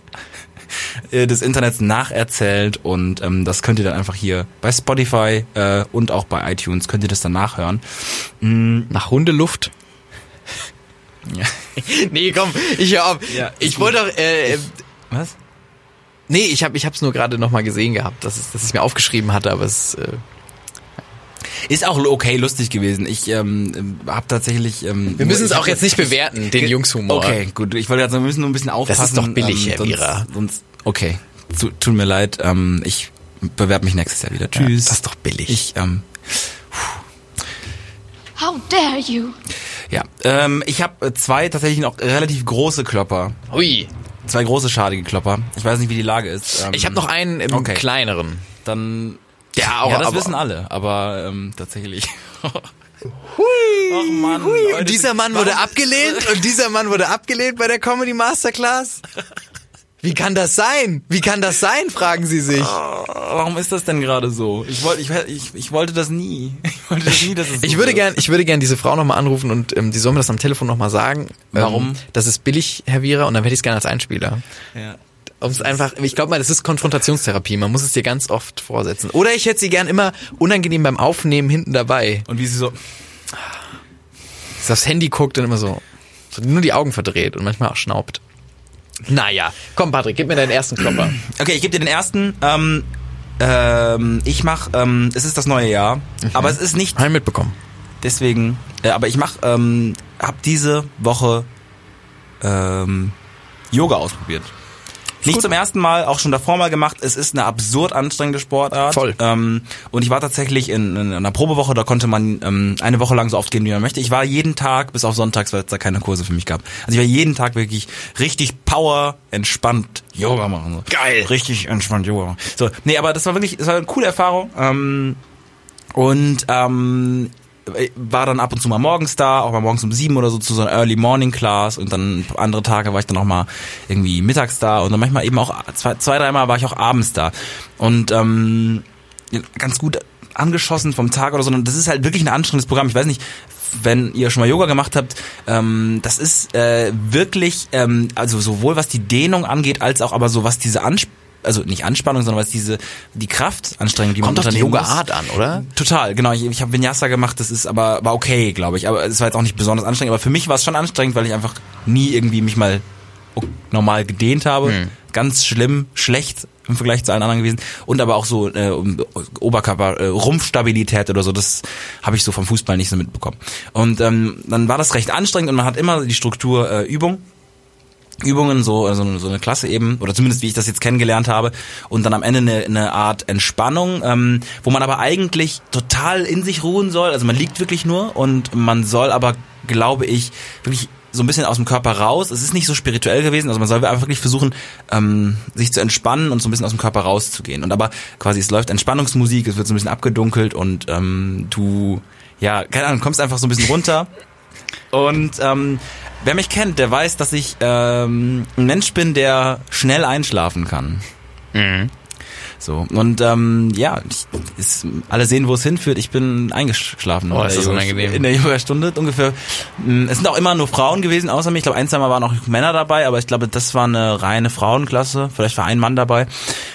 [SPEAKER 2] äh, des Internets nacherzählt und ähm, das könnt ihr dann einfach hier bei Spotify äh, und auch bei iTunes könnt ihr das dann nachhören.
[SPEAKER 3] Nach Hundeluft.
[SPEAKER 2] Ja.
[SPEAKER 3] nee, komm, ich hör auf.
[SPEAKER 2] Ja, ist
[SPEAKER 3] ich
[SPEAKER 2] gut.
[SPEAKER 3] wollte doch, äh, äh,
[SPEAKER 2] Was?
[SPEAKER 3] nee, ich habe ich hab's nur gerade nochmal gesehen gehabt, dass es, dass es mir aufgeschrieben hatte, aber es, äh,
[SPEAKER 2] Ist auch okay lustig gewesen. Ich ähm, habe tatsächlich. Ähm,
[SPEAKER 3] wir müssen es
[SPEAKER 2] ich
[SPEAKER 3] auch
[SPEAKER 2] hab-
[SPEAKER 3] jetzt nicht bewerten, den Jungshumor.
[SPEAKER 2] Okay, gut. Ich wollte gerade sagen, wir müssen nur ein bisschen aufpassen. ähm,
[SPEAKER 3] doch billig, Herr
[SPEAKER 2] sonst-
[SPEAKER 3] Wierer.
[SPEAKER 2] Sonst, okay, Zu, tut mir leid. Ähm, ich bewerbe mich nächstes Jahr wieder. Tschüss.
[SPEAKER 3] das ist doch billig.
[SPEAKER 2] Ich, ähm,
[SPEAKER 5] How dare you?
[SPEAKER 2] ja, ähm, ich habe zwei tatsächlich noch relativ große Klopper.
[SPEAKER 3] Hui.
[SPEAKER 2] Zwei große schadige Klopper. Ich weiß nicht, wie die Lage ist. Ähm,
[SPEAKER 3] Ich habe noch einen im
[SPEAKER 2] Okay.
[SPEAKER 3] kleineren.
[SPEAKER 2] Dann,
[SPEAKER 3] Ja, auch,
[SPEAKER 2] ja, das
[SPEAKER 3] aber,
[SPEAKER 2] wissen alle, aber ähm, tatsächlich. Och Mann, Leute,
[SPEAKER 3] Und dieser Mann wurde abgelehnt und dieser Mann wurde abgelehnt bei der Comedy Masterclass. Wie kann das sein? Wie kann das sein, fragen sie sich.
[SPEAKER 2] Warum ist das denn gerade so? Ich wollte, ich, ich, ich wollte das nie. Ich wollte das nie, dass es so
[SPEAKER 3] Ich würde
[SPEAKER 2] wird.
[SPEAKER 3] gern, ich würde gern diese Frau nochmal anrufen und ähm, die soll mir das am Telefon nochmal sagen.
[SPEAKER 2] Warum?
[SPEAKER 3] Ähm, das ist billig, Herr Wierer, und dann hätte ich es gerne als Einspieler.
[SPEAKER 2] Ja.
[SPEAKER 3] Um es einfach, ich glaube mal, das ist Konfrontationstherapie. Man muss es dir ganz oft vorsetzen. Oder ich hätte sie gern immer unangenehm beim Aufnehmen hinten dabei.
[SPEAKER 2] Und wie sie so.
[SPEAKER 3] Sie aufs Handy guckt und immer so, so nur die Augen verdreht und manchmal auch schnaubt. Naja, komm Patrick, gib mir deinen ersten Klopper.
[SPEAKER 2] Okay, ich gebe dir den ersten. Ähm, ähm, ich mach, ähm, es ist das neue Jahr, aber es ist nicht,
[SPEAKER 3] Hab ich mitbekommen.
[SPEAKER 2] Deswegen, äh, aber ich mach, ähm, hab diese Woche ähm, Yoga ausprobiert. Nicht zum ersten Mal, auch schon davor mal gemacht. Es ist eine absurd anstrengende Sportart.
[SPEAKER 3] Voll.
[SPEAKER 2] Ähm, und ich war tatsächlich in, in einer Probewoche, da konnte man ähm, eine Woche lang so oft gehen, wie man möchte. Ich war jeden Tag, bis auf sonntags, weil es da keine Kurse für mich gab. Also ich war jeden Tag wirklich richtig power, entspannt Yoga machen. So.
[SPEAKER 3] Geil.
[SPEAKER 2] Richtig entspannt Yoga machen. So, nee, aber das war wirklich, das war eine coole Erfahrung. Ähm, und ähm, war dann ab und zu mal morgens da, auch mal morgens um sieben oder so zu so einer Early Morning Class und dann andere Tage war ich dann auch mal irgendwie mittags da und dann manchmal eben auch zwei, zwei dreimal war ich auch abends da und ähm, ganz gut angeschossen vom Tag oder so. Und das ist halt wirklich ein anstrengendes Programm. Ich weiß nicht, wenn ihr schon mal Yoga gemacht habt, ähm, das ist äh, wirklich, ähm, also sowohl was die Dehnung angeht, als auch aber so was diese Anspannung, also nicht Anspannung, sondern was diese die Kraftanstrengung, die
[SPEAKER 3] Kommt
[SPEAKER 2] man
[SPEAKER 3] doch die
[SPEAKER 2] unternehmen muss.
[SPEAKER 3] Yoga-Art an, oder?
[SPEAKER 2] Total, genau. Ich, ich habe Vinyasa gemacht, das ist aber war okay, glaube ich. Aber es war jetzt auch nicht besonders anstrengend. Aber für mich war es schon anstrengend, weil ich einfach nie irgendwie mich mal o- normal gedehnt habe. Ganz schlimm, schlecht im Vergleich zu allen anderen gewesen. Und aber auch so äh, um- Oberkörper, äh, Rumpfstabilität oder so, das habe ich so vom Fußball nicht so mitbekommen. Und ähm, dann war das recht anstrengend und man hat immer die Struktur äh, Übung. Übungen, so, also so eine Klasse eben, oder zumindest wie ich das jetzt kennengelernt habe, und dann am Ende eine, eine Art Entspannung, ähm, wo man aber eigentlich total in sich ruhen soll. Also man liegt wirklich nur und man soll aber, glaube ich, wirklich so ein bisschen aus dem Körper raus. Es ist nicht so spirituell gewesen, also man soll einfach wirklich versuchen, ähm, sich zu entspannen und so ein bisschen aus dem Körper rauszugehen. Und aber quasi, es läuft Entspannungsmusik, es wird so ein bisschen abgedunkelt und ähm, du, ja, keine Ahnung, kommst einfach so ein bisschen runter. Und ähm, wer mich kennt, der weiß, dass ich ähm, ein Mensch bin, der schnell einschlafen kann. Mhm.
[SPEAKER 3] Oh,
[SPEAKER 2] So, und ähm, ja, ich, ist, alle sehen, wo es hinführt. Ich bin eingeschlafen.
[SPEAKER 3] Oh, ist das
[SPEAKER 2] in der Yoga-
[SPEAKER 3] unangenehm.
[SPEAKER 2] In der Yoga-Stunde ungefähr. Mm, Es sind auch immer nur Frauen gewesen, außer mir. Ich glaube, ein, zwei Mal waren auch Männer dabei, aber ich glaube, das war eine reine Frauenklasse. Vielleicht war ein Mann dabei.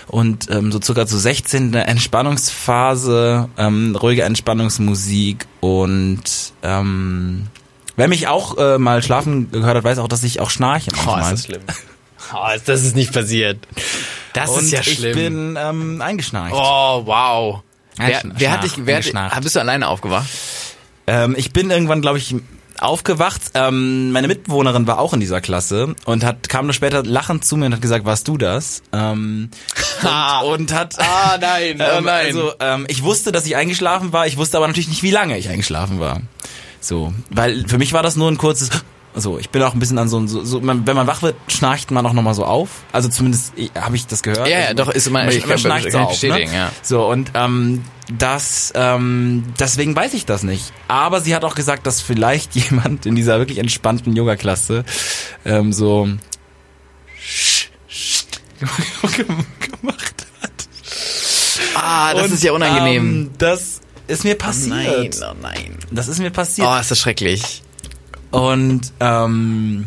[SPEAKER 2] Und ähm, so circa zu 16 eine Entspannungsphase, ähm, ruhige Entspannungsmusik und ähm, wer mich auch äh, mal schlafen gehört hat, weiß auch, dass ich auch schnarche
[SPEAKER 3] Oh,
[SPEAKER 2] manchmal.
[SPEAKER 3] ist das schlimm. Oh, ist- das ist nicht passiert. Das
[SPEAKER 2] und
[SPEAKER 3] ist ja
[SPEAKER 2] ich
[SPEAKER 3] schlimm.
[SPEAKER 2] bin ähm, eingeschnarcht.
[SPEAKER 3] oh, wow. Wer,
[SPEAKER 2] Einschna-
[SPEAKER 3] wer hat dich, wer
[SPEAKER 2] eingeschnarcht.
[SPEAKER 3] hat, bist du alleine aufgewacht?
[SPEAKER 2] Ähm, ich bin irgendwann, glaube ich, aufgewacht. Ähm, meine Mitbewohnerin war auch in dieser Klasse und hat kam nur später lachend zu mir und hat gesagt, warst du das? Ähm, und, und hat
[SPEAKER 3] Ah, nein,
[SPEAKER 2] ähm, Also ähm, ich wusste, dass ich eingeschlafen war. Ich wusste aber natürlich nicht, wie lange ich eingeschlafen war. So, weil für mich war das nur ein kurzes. So, ich bin auch ein bisschen an so, ein- so, so man, wenn man wach wird, schnarcht man auch nochmal so auf. Also zumindest habe ich das gehört.
[SPEAKER 3] Ja, ja,
[SPEAKER 2] Also,
[SPEAKER 3] doch, ist immer-
[SPEAKER 2] man,
[SPEAKER 3] ich
[SPEAKER 2] man
[SPEAKER 3] kann-
[SPEAKER 2] schnarcht so
[SPEAKER 3] kann ich
[SPEAKER 2] auf. Ne?
[SPEAKER 3] bestätigen, ja.
[SPEAKER 2] So und ähm, das, ähm, deswegen weiß ich das nicht. Aber sie hat auch gesagt, dass vielleicht jemand in dieser wirklich entspannten Yoga-Klasse ähm, so gemacht hat.
[SPEAKER 3] ah, das
[SPEAKER 2] Und,
[SPEAKER 3] ist ja unangenehm.
[SPEAKER 2] Ähm, das ist mir passiert.
[SPEAKER 3] oh nein.
[SPEAKER 2] Das ist mir passiert.
[SPEAKER 3] Oh, ist das schrecklich.
[SPEAKER 2] Und ähm,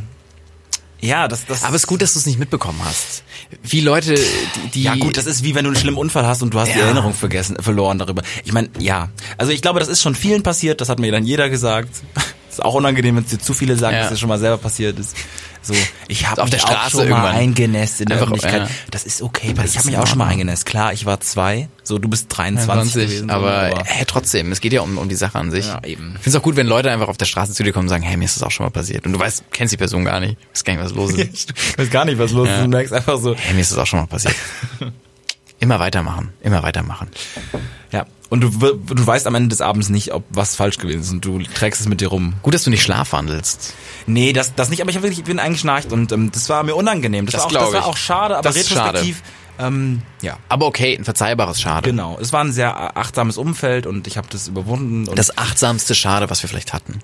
[SPEAKER 2] ja, das, das.
[SPEAKER 3] Aber es ist gut, dass du es nicht mitbekommen hast. Wie Leute, die, die
[SPEAKER 2] ja gut, das ist wie wenn du einen schlimmen Unfall hast und du hast die
[SPEAKER 3] Ja.
[SPEAKER 2] Erinnerung vergessen, verloren darüber. Ich meine, ja. Also ich glaube, das ist schon vielen passiert. Das hat mir dann jeder gesagt. Ist auch unangenehm, wenn es dir zu viele sagen,
[SPEAKER 3] Ja.
[SPEAKER 2] dass es schon mal selber passiert ist. So, ich habe
[SPEAKER 3] Auf
[SPEAKER 2] mich
[SPEAKER 3] der
[SPEAKER 2] auch
[SPEAKER 3] Straße
[SPEAKER 2] schon mal
[SPEAKER 3] irgendwann.
[SPEAKER 2] eingenässt in der
[SPEAKER 3] Einfach,
[SPEAKER 2] Öffentlichkeit.
[SPEAKER 3] ja.
[SPEAKER 2] Das ist okay, weil ich habe
[SPEAKER 3] ist
[SPEAKER 2] mich auch schon mal
[SPEAKER 3] normal.
[SPEAKER 2] eingenässt. Klar, ich war zwei. So, du bist 23 gewesen. so,
[SPEAKER 3] aber hä, trotzdem, es geht ja um, um die Sache an sich.
[SPEAKER 2] Ja, eben.
[SPEAKER 3] Ich finde es auch gut, wenn Leute einfach auf der Straße zu dir kommen und sagen, hey, mir ist das auch schon mal passiert. Und du weißt, kennst die Person gar nicht, weißt gar nicht, was los ist.
[SPEAKER 2] ich weiß gar nicht, was los ist. Du merkst einfach so,
[SPEAKER 3] hey, mir ist das auch schon mal passiert. Immer weitermachen, immer weitermachen.
[SPEAKER 2] Ja. Und du, wir- du weißt am Ende des Abends nicht, ob was falsch gewesen ist und du trägst es mit dir rum.
[SPEAKER 3] Gut, dass du nicht schlafwandelst.
[SPEAKER 2] Nee, das, das nicht, aber ich, hab wirklich, ich bin eingeschnarcht und ähm, das war mir unangenehm. Das,
[SPEAKER 3] Das
[SPEAKER 2] war, auch,
[SPEAKER 3] glaub
[SPEAKER 2] das war
[SPEAKER 3] ich.
[SPEAKER 2] auch schade, aber
[SPEAKER 3] Das ist schade.
[SPEAKER 2] retrospektiv. Ähm, ja,
[SPEAKER 3] Aber okay, ein verzeihbares Schade.
[SPEAKER 2] genau. Es war ein sehr äh, achtsames Umfeld und ich habe das überwunden. Und
[SPEAKER 3] Das achtsamste Schade, was wir vielleicht hatten.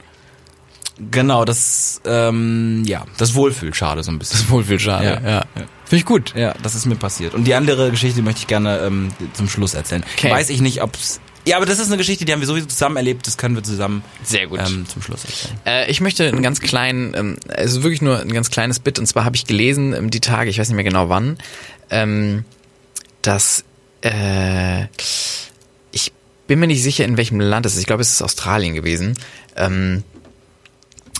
[SPEAKER 2] genau, das, ähm, ja, das Wohlfühlschade so ein bisschen.
[SPEAKER 3] Wohlfühlschade,
[SPEAKER 2] Ja.
[SPEAKER 3] Finde ich gut.
[SPEAKER 2] Ja, das ist mir passiert. Und die andere Geschichte möchte ich gerne ähm, zum Schluss erzählen.
[SPEAKER 3] Okay.
[SPEAKER 2] Weiß ich nicht, ob's. Ja, aber das ist eine Geschichte, die haben wir sowieso zusammen erlebt. Das können wir zusammen
[SPEAKER 3] Sehr gut.
[SPEAKER 2] Ähm, zum Schluss erzählen.
[SPEAKER 3] Äh, ich möchte einen ganz kleinen, ähm, also wirklich nur ein ganz kleines Bit, und zwar habe ich gelesen, ähm, die Tage, ich weiß nicht mehr genau wann, ähm, dass äh, ich bin mir nicht sicher, in welchem Land es ist. Ich glaube, es ist Australien gewesen. Ähm,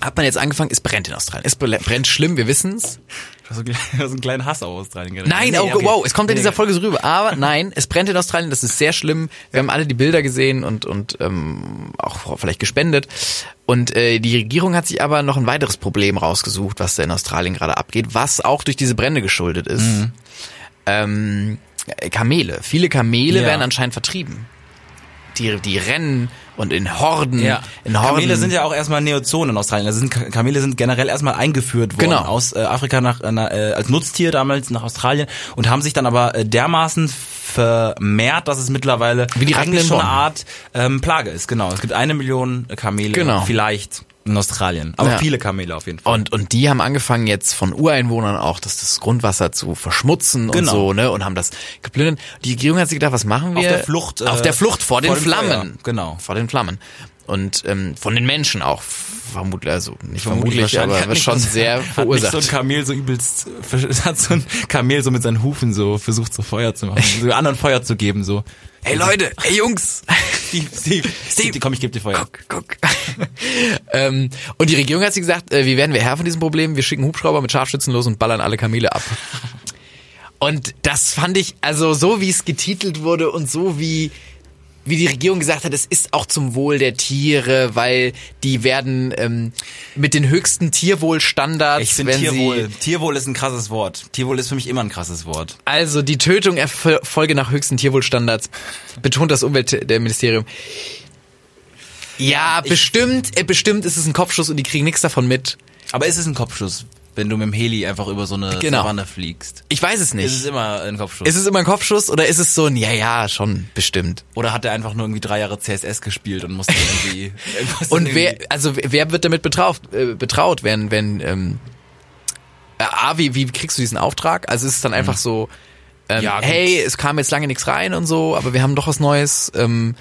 [SPEAKER 3] hat man jetzt angefangen, es brennt in Australien. Es brennt schlimm, wir wissen's.
[SPEAKER 2] hast so einen kleinen Hass auf Australien geredet.
[SPEAKER 3] Nein,
[SPEAKER 2] Nee,
[SPEAKER 3] oh,
[SPEAKER 2] okay.
[SPEAKER 3] wow, es kommt in
[SPEAKER 2] Nee,
[SPEAKER 3] dieser
[SPEAKER 2] okay.
[SPEAKER 3] Folge so rüber. Aber nein, es brennt in Australien, das ist sehr schlimm. Wir haben alle die Bilder gesehen und, und ähm, auch vielleicht gespendet. Und äh, die Regierung hat sich aber noch ein weiteres Problem rausgesucht, was da in Australien gerade abgeht, was auch durch diese Brände geschuldet ist.
[SPEAKER 2] Mhm.
[SPEAKER 3] Ähm, Kamele. Viele Kamele
[SPEAKER 2] Ja.
[SPEAKER 3] werden anscheinend vertrieben. Die, die rennen und in Horden.
[SPEAKER 2] Ja.
[SPEAKER 3] In Horden.
[SPEAKER 2] Kamele sind ja auch erstmal Neozonen in Australien. Also sind, Ka- Kamele sind generell erstmal eingeführt worden
[SPEAKER 3] Genau.
[SPEAKER 2] aus äh, Afrika nach, äh, na- äh, als Nutztier damals nach Australien und haben sich dann aber äh, dermaßen vermehrt, dass es mittlerweile
[SPEAKER 3] Wie die Ratten
[SPEAKER 2] eigentlich
[SPEAKER 3] in
[SPEAKER 2] schon eine
[SPEAKER 3] Bonn.
[SPEAKER 2] Art ähm, Plage ist. Genau, es gibt eine Million Kamele
[SPEAKER 3] Genau.
[SPEAKER 2] vielleicht in Australien, aber
[SPEAKER 3] Ja.
[SPEAKER 2] viele Kamele auf jeden Fall.
[SPEAKER 3] Und, und die haben angefangen jetzt von Ureinwohnern auch, das, das Grundwasser zu verschmutzen
[SPEAKER 2] Genau.
[SPEAKER 3] und so, ne, und haben das geplündert. Die Regierung hat sich gedacht, was machen wir?
[SPEAKER 2] Auf der Flucht, äh,
[SPEAKER 3] auf der Flucht
[SPEAKER 2] vor
[SPEAKER 3] vor, den
[SPEAKER 2] dem
[SPEAKER 3] Flammen.
[SPEAKER 2] Feuer, genau.
[SPEAKER 3] Vor den Flammen. Und ähm, von den Menschen auch. Vermutlich, also nicht vermutlich,
[SPEAKER 2] wahrscheinlich hat
[SPEAKER 3] aber
[SPEAKER 2] nicht
[SPEAKER 3] schon
[SPEAKER 2] so-
[SPEAKER 3] sehr
[SPEAKER 2] hat
[SPEAKER 3] verursacht.
[SPEAKER 2] Nicht so ein Kamel so übelst, hat so ein Kamel so mit seinen Hufen so versucht, so Feuer zu machen, so anderen Feuer zu geben, so.
[SPEAKER 3] hey Leute, hey Jungs!
[SPEAKER 2] Steve, Steve, Steve, komm, ich geb dir Feuer.
[SPEAKER 3] Guck, guck. ähm, und die Regierung hat sich gesagt, äh, wie werden wir Herr von diesem Problem? Wir schicken Hubschrauber mit Scharfschützen los und ballern alle Kamele ab. Und das fand ich, also so wie es getitelt wurde und so wie wie die Regierung gesagt hat, es ist auch zum Wohl der Tiere, weil die werden ähm, mit den höchsten Tierwohlstandards,
[SPEAKER 2] Ich finde
[SPEAKER 3] wenn
[SPEAKER 2] Tierwohl.
[SPEAKER 3] sie
[SPEAKER 2] Tierwohl ist ein krasses Wort. Tierwohl ist für mich immer ein krasses Wort.
[SPEAKER 3] also die Tötung erfolge nach höchsten Tierwohlstandards, betont das Umweltministerium. Ja, bestimmt, äh, bestimmt ist es ein Kopfschuss und die kriegen nichts davon mit.
[SPEAKER 2] Aber ist es ein Kopfschuss, wenn du mit dem Heli einfach über so eine
[SPEAKER 3] Genau.
[SPEAKER 2] Savanne fliegst?
[SPEAKER 3] Ich weiß es nicht.
[SPEAKER 2] Ist es immer ein Kopfschuss?
[SPEAKER 3] ist es immer ein Kopfschuss oder ist es so ein Ja, ja, schon, bestimmt.
[SPEAKER 2] Oder hat er einfach nur irgendwie drei Jahre CSS gespielt und musste irgendwie... irgendwas
[SPEAKER 3] Und
[SPEAKER 2] irgendwie-
[SPEAKER 3] wer, also wer- wer wird damit betraut, äh, betraut wenn, wenn, ähm, äh, A, wie, wie kriegst du diesen Auftrag? Also ist es dann einfach so, ähm,
[SPEAKER 2] Mhm. Ja, gut.
[SPEAKER 3] hey, es kam jetzt lange nichts rein und so, aber wir haben doch was Neues, ähm,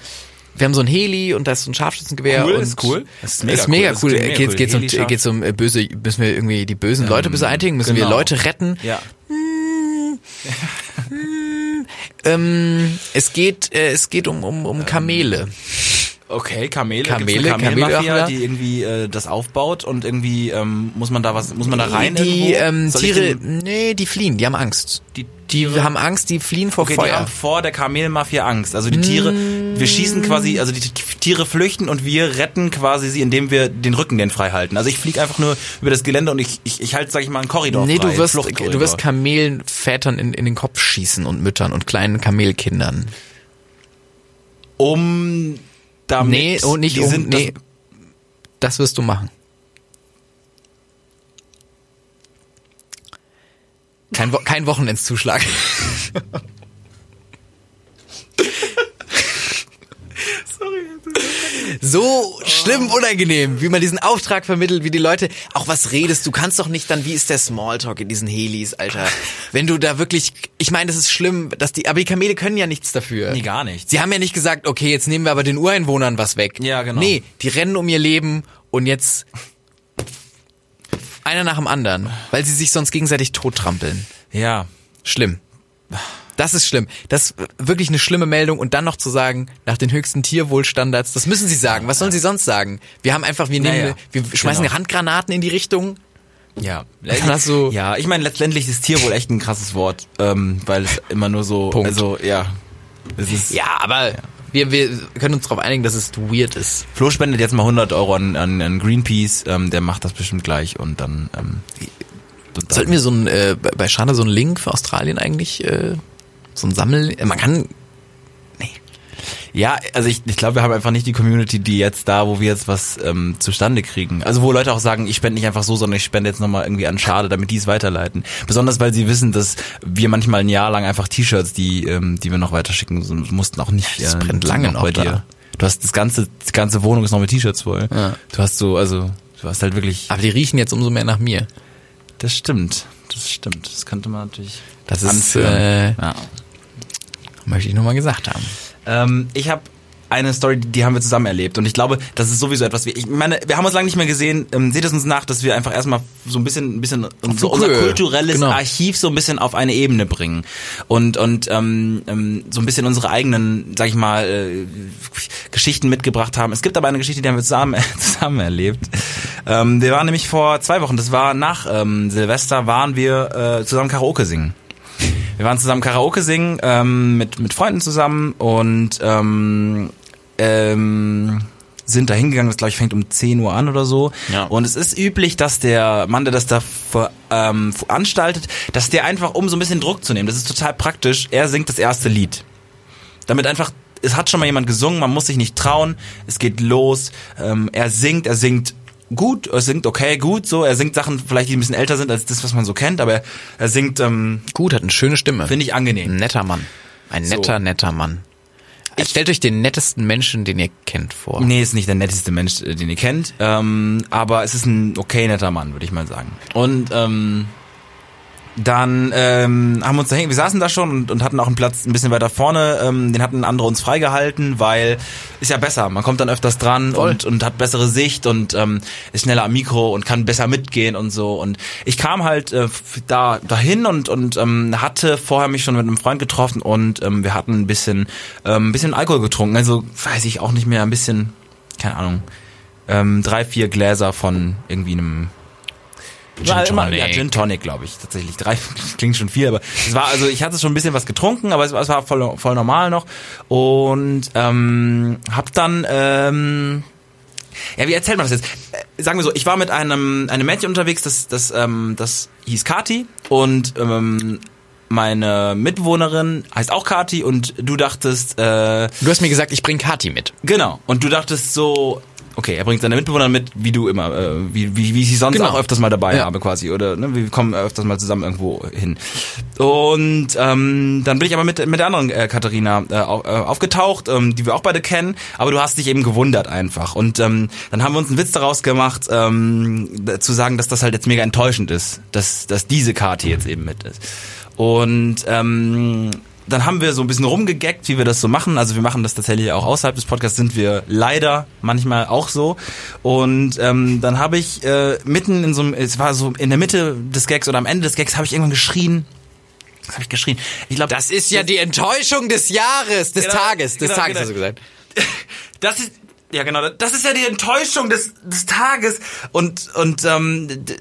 [SPEAKER 3] wir haben so ein Heli und da ist so ein Scharfschützengewehr.
[SPEAKER 2] Cool,
[SPEAKER 3] und
[SPEAKER 2] ist cool.
[SPEAKER 3] Ist mega, cool.
[SPEAKER 2] ist mega
[SPEAKER 3] Geht's,
[SPEAKER 2] cool.
[SPEAKER 3] geht's, um,
[SPEAKER 2] Heli-Scharf-
[SPEAKER 3] geht's um äh, böse, müssen wir irgendwie die bösen Leute beseitigen, müssen wir
[SPEAKER 2] genau.
[SPEAKER 3] Leute retten.
[SPEAKER 2] Ja.
[SPEAKER 3] Ähm, es geht, äh, es geht um, um,
[SPEAKER 2] Ähm,
[SPEAKER 3] um Kamele.
[SPEAKER 2] Okay, Kamele. gibt's
[SPEAKER 3] Kamele,
[SPEAKER 2] eine Kamelmafia,
[SPEAKER 3] Kamelöffner.
[SPEAKER 2] die irgendwie äh, das aufbaut und irgendwie ähm, muss man da was, muss man da rein
[SPEAKER 3] Die
[SPEAKER 2] irgendwo?
[SPEAKER 3] ähm,
[SPEAKER 2] Soll ich
[SPEAKER 3] Tiere,
[SPEAKER 2] den-
[SPEAKER 3] nee, die fliehen, die haben Angst.
[SPEAKER 2] Die
[SPEAKER 3] Die haben Angst, die fliehen vor
[SPEAKER 2] Okay, die
[SPEAKER 3] Feuer.
[SPEAKER 2] haben vor der Kamelmafia Angst. Also die Tiere, wir
[SPEAKER 3] Mm.
[SPEAKER 2] schießen quasi, also die T- Tiere flüchten und wir retten quasi sie, indem wir den Rücken den frei halten. Also ich fliege einfach nur über das Gelände und ich, ich, ich halte, sag ich mal, einen Korridor
[SPEAKER 3] Nee,
[SPEAKER 2] frei.
[SPEAKER 3] du wirst,
[SPEAKER 2] Fluchtkorridor.
[SPEAKER 3] du wirst Kamelenvätern in, in den Kopf schießen und Müttern und kleinen Kamelkindern.
[SPEAKER 2] um damit
[SPEAKER 3] Nee, oh, nicht
[SPEAKER 2] die
[SPEAKER 3] um,
[SPEAKER 2] sind
[SPEAKER 3] nee. Das wirst du machen. Kein, Wo kein Wochenendszuschlag. So schlimm unangenehm, wie man diesen Auftrag vermittelt, wie die Leute, auch was redest, du kannst doch nicht dann, wie ist der Smalltalk in diesen Helis, Alter? Wenn du da wirklich, ich meine, das ist schlimm, dass die, aber die Kamele können ja nichts dafür.
[SPEAKER 2] Nee, gar nichts.
[SPEAKER 3] Sie haben ja nicht gesagt, okay, jetzt nehmen wir aber den Ureinwohnern was weg.
[SPEAKER 2] Ja, genau.
[SPEAKER 3] Nee, die rennen um ihr Leben und jetzt einer nach dem anderen, weil sie sich sonst gegenseitig tottrampeln.
[SPEAKER 2] das, ja.
[SPEAKER 3] Schlimm. Das ist schlimm. Das ist wirklich eine schlimme Meldung. Und dann noch zu sagen, nach den höchsten Tierwohlstandards, das müssen sie sagen. Was sollen sie sonst sagen? Wir haben einfach, wir nehmen,
[SPEAKER 2] Naja,
[SPEAKER 3] wir schmeißen
[SPEAKER 2] genau.
[SPEAKER 3] Handgranaten in die Richtung.
[SPEAKER 2] Ja,
[SPEAKER 3] Dann hast du-
[SPEAKER 2] ja, ich meine, letztendlich ist Tier wohl echt ein krasses Wort, ähm, weil es immer nur so,
[SPEAKER 3] Punkt.
[SPEAKER 2] also ja, es ist
[SPEAKER 3] Ja, aber Wir, wir können uns darauf einigen, dass es weird ist.
[SPEAKER 2] Flo spendet jetzt mal 100 Euro an, an, an Greenpeace, ähm, der macht das bestimmt gleich und dann. Ähm, und dann
[SPEAKER 3] Sollten wir so ein, äh, bei- bei Schade so einen Link für Australien eigentlich, äh, so ein Sammel, äh, man kann,
[SPEAKER 2] ja, also ich, ich glaube, wir haben einfach nicht die Community, die jetzt da, wo wir jetzt was ähm, zustande kriegen. Also wo Leute auch sagen, ich spende nicht einfach so, sondern ich spende jetzt nochmal irgendwie an Schade, damit die es weiterleiten. Besonders weil sie wissen, dass wir manchmal ein Jahr lang einfach T-Shirts, die, ähm, die wir noch weiterschicken so- mussten, auch nicht. äh,
[SPEAKER 3] Das brennt lange noch
[SPEAKER 2] bei
[SPEAKER 3] da.
[SPEAKER 2] dir. Du hast das ganze, die ganze Wohnung ist noch mit T-Shirts voll.
[SPEAKER 3] Ja.
[SPEAKER 2] Du hast so, also du hast halt wirklich.
[SPEAKER 3] aber die riechen jetzt umso mehr nach mir.
[SPEAKER 2] Das stimmt. Das stimmt. Das könnte man natürlich.
[SPEAKER 3] Das ist,
[SPEAKER 2] anführen.
[SPEAKER 3] äh,
[SPEAKER 2] ja.
[SPEAKER 3] Möchte ich nur mal gesagt haben.
[SPEAKER 2] Ähm, ich habe eine Story, die, die haben wir zusammen erlebt. Und ich glaube, das ist sowieso etwas, wie- ich meine, wir haben uns lange nicht mehr gesehen. Ähm, seht es uns nach, dass wir einfach erstmal so ein bisschen, ein bisschen so unser
[SPEAKER 3] Höhe.
[SPEAKER 2] kulturelles
[SPEAKER 3] Genau.
[SPEAKER 2] Archiv so ein bisschen auf eine Ebene bringen. Und, und ähm, ähm, so ein bisschen unsere eigenen, sag ich mal, äh, Geschichten mitgebracht haben. Es gibt aber eine Geschichte, die haben wir zusammen, zusammen erlebt. Ähm, wir waren nämlich vor zwei Wochen, das war nach ähm, Silvester, waren wir äh, zusammen Karaoke singen. Wir waren zusammen Karaoke singen, ähm, mit, mit Freunden zusammen und ähm, ähm, sind da hingegangen, das glaube ich fängt um 10 Uhr an oder so.
[SPEAKER 3] Ja.
[SPEAKER 2] Und es ist üblich, dass der Mann, der das da ver, ähm, veranstaltet, dass der einfach, um so ein bisschen Druck zu nehmen, das ist total praktisch, er singt das erste Lied. Damit einfach, es hat schon mal jemand gesungen, man muss sich nicht trauen, es geht los, ähm, er singt, er singt gut, er singt okay, gut, so, er singt Sachen vielleicht, die ein bisschen älter sind als das, was man so kennt, aber er, er singt, ähm,
[SPEAKER 3] Gut, hat eine schöne Stimme.
[SPEAKER 2] finde ich angenehm.
[SPEAKER 3] Ein netter Mann. Ein netter, netter Mann. Stellt euch den nettesten Menschen, den ihr kennt, vor.
[SPEAKER 2] Nee, ist nicht der netteste Mensch, äh, den ihr kennt. Ähm, aber es ist ein okay netter Mann, würde ich mal sagen. Und ähm, dann ähm, haben wir uns da hin, wir saßen da schon und, und hatten auch einen Platz ein bisschen weiter vorne. Ähm, den hatten andere uns freigehalten, weil ist ja besser. Man kommt dann öfters dran
[SPEAKER 3] Voll.
[SPEAKER 2] und, und hat bessere Sicht und ähm, ist schneller am Mikro und kann besser mitgehen und so. Und ich kam halt äh, f- da dahin und und ähm, hatte vorher mich schon mit einem Freund getroffen und ähm, wir hatten ein bisschen ähm, ein bisschen Alkohol getrunken. Also weiß ich auch nicht mehr, ein bisschen keine Ahnung. Ähm, drei, vier Gläser von irgendwie einem
[SPEAKER 3] Gin
[SPEAKER 2] war immer-
[SPEAKER 3] Tonic.
[SPEAKER 2] Ja, Gin Tonic, glaube ich, tatsächlich. Drei klingt schon viel, aber es war, also ich hatte schon ein bisschen was getrunken, aber es, war- es war voll, voll normal noch. Und ähm, hab dann, ähm, ja, wie erzählt man das jetzt? Äh, sagen wir so, ich war mit einem, einem Mädchen unterwegs, das, das, ähm, das hieß Kati und ähm, meine Mitbewohnerin heißt auch Kati und du dachtest, äh,
[SPEAKER 3] Du hast mir gesagt, ich bring Kati mit.
[SPEAKER 2] Genau. Und du dachtest so, okay, er bringt seine Mitbewohner mit, wie du immer, äh, wie, wie, wie ich sie sonst
[SPEAKER 3] Genau.
[SPEAKER 2] auch öfters mal dabei
[SPEAKER 3] Ja.
[SPEAKER 2] habe quasi. Oder ne, wir kommen öfters mal zusammen irgendwo hin. Und ähm, dann bin ich aber mit, mit der anderen äh, Katharina äh, au- äh, aufgetaucht, ähm, die wir auch beide kennen. Aber du hast dich eben gewundert einfach. Und ähm, dann haben wir uns einen Witz daraus gemacht, ähm, da- zu sagen, dass das halt jetzt mega enttäuschend ist, dass, dass diese Karte jetzt eben mit ist. Und ähm, dann haben wir so ein bisschen rumgegeckt, wie wir das so machen. Also wir machen das tatsächlich auch außerhalb des Podcasts, sind wir leider manchmal auch so. Und ähm, dann habe ich äh, mitten in so einem, es war so in der Mitte des Gags oder am Ende des Gags, habe ich irgendwann geschrien. Was habe ich geschrien? Ich glaube,
[SPEAKER 3] Das ist ja die Enttäuschung des Jahres, des
[SPEAKER 2] Genau,
[SPEAKER 3] Tages, des
[SPEAKER 2] genau,
[SPEAKER 3] Tages
[SPEAKER 2] genau.
[SPEAKER 3] hast du gesagt.
[SPEAKER 2] das ist ja genau, das ist ja die Enttäuschung des, des Tages und und ähm, d-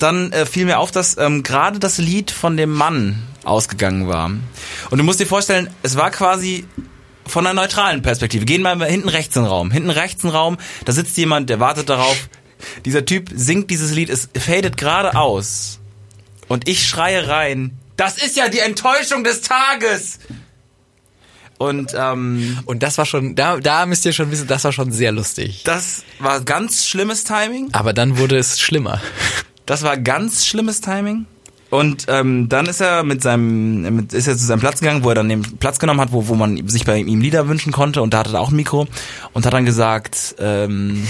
[SPEAKER 2] dann äh, fiel mir auf, dass ähm, gerade das Lied von dem Mann ausgegangen war. Und du musst dir vorstellen, es war quasi von einer neutralen Perspektive. Gehen wir mal hinten rechts in den Raum. Hinten rechts in den Raum, da sitzt jemand, der wartet darauf. Dieser Typ singt dieses Lied, es fadet gerade aus. Und ich schreie rein, das ist ja die Enttäuschung des Tages. Und ähm,
[SPEAKER 3] Und das war schon, da, da müsst ihr schon wissen, das war schon sehr lustig.
[SPEAKER 2] Das war ganz schlimmes Timing.
[SPEAKER 3] Aber dann wurde es schlimmer.
[SPEAKER 2] Das war ganz schlimmes Timing. Und ähm, dann ist er mit seinem mit, ist er zu seinem Platz gegangen, wo er dann den Platz genommen hat, wo, wo man sich bei ihm Lieder wünschen konnte und da hatte er auch ein Mikro und hat dann gesagt, ähm,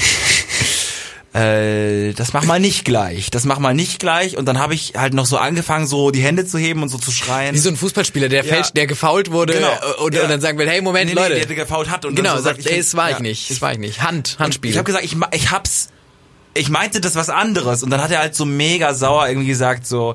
[SPEAKER 2] äh, das mach mal nicht gleich, das mach mal nicht gleich und dann habe ich halt noch so angefangen, so die Hände zu heben und so zu schreien.
[SPEAKER 3] Wie so ein Fußballspieler, der
[SPEAKER 2] Ja.
[SPEAKER 3] fälscht, der gefault wurde
[SPEAKER 2] Genau.
[SPEAKER 3] äh, und,
[SPEAKER 2] Ja.
[SPEAKER 3] und dann sagen will, hey,
[SPEAKER 2] Nee,
[SPEAKER 3] Moment,
[SPEAKER 2] nee,
[SPEAKER 3] Leute.
[SPEAKER 2] der, der gefault hat und
[SPEAKER 3] genau,
[SPEAKER 2] dann so
[SPEAKER 3] sagt,
[SPEAKER 2] ich-
[SPEAKER 3] ey, es war ich
[SPEAKER 2] ja.
[SPEAKER 3] nicht, es war ich nicht. Hand, Handspiel.
[SPEAKER 2] Ich habe gesagt, ich, ma- ich hab's. Ich meinte das was anderes. Und dann hat er halt so mega sauer irgendwie gesagt, so,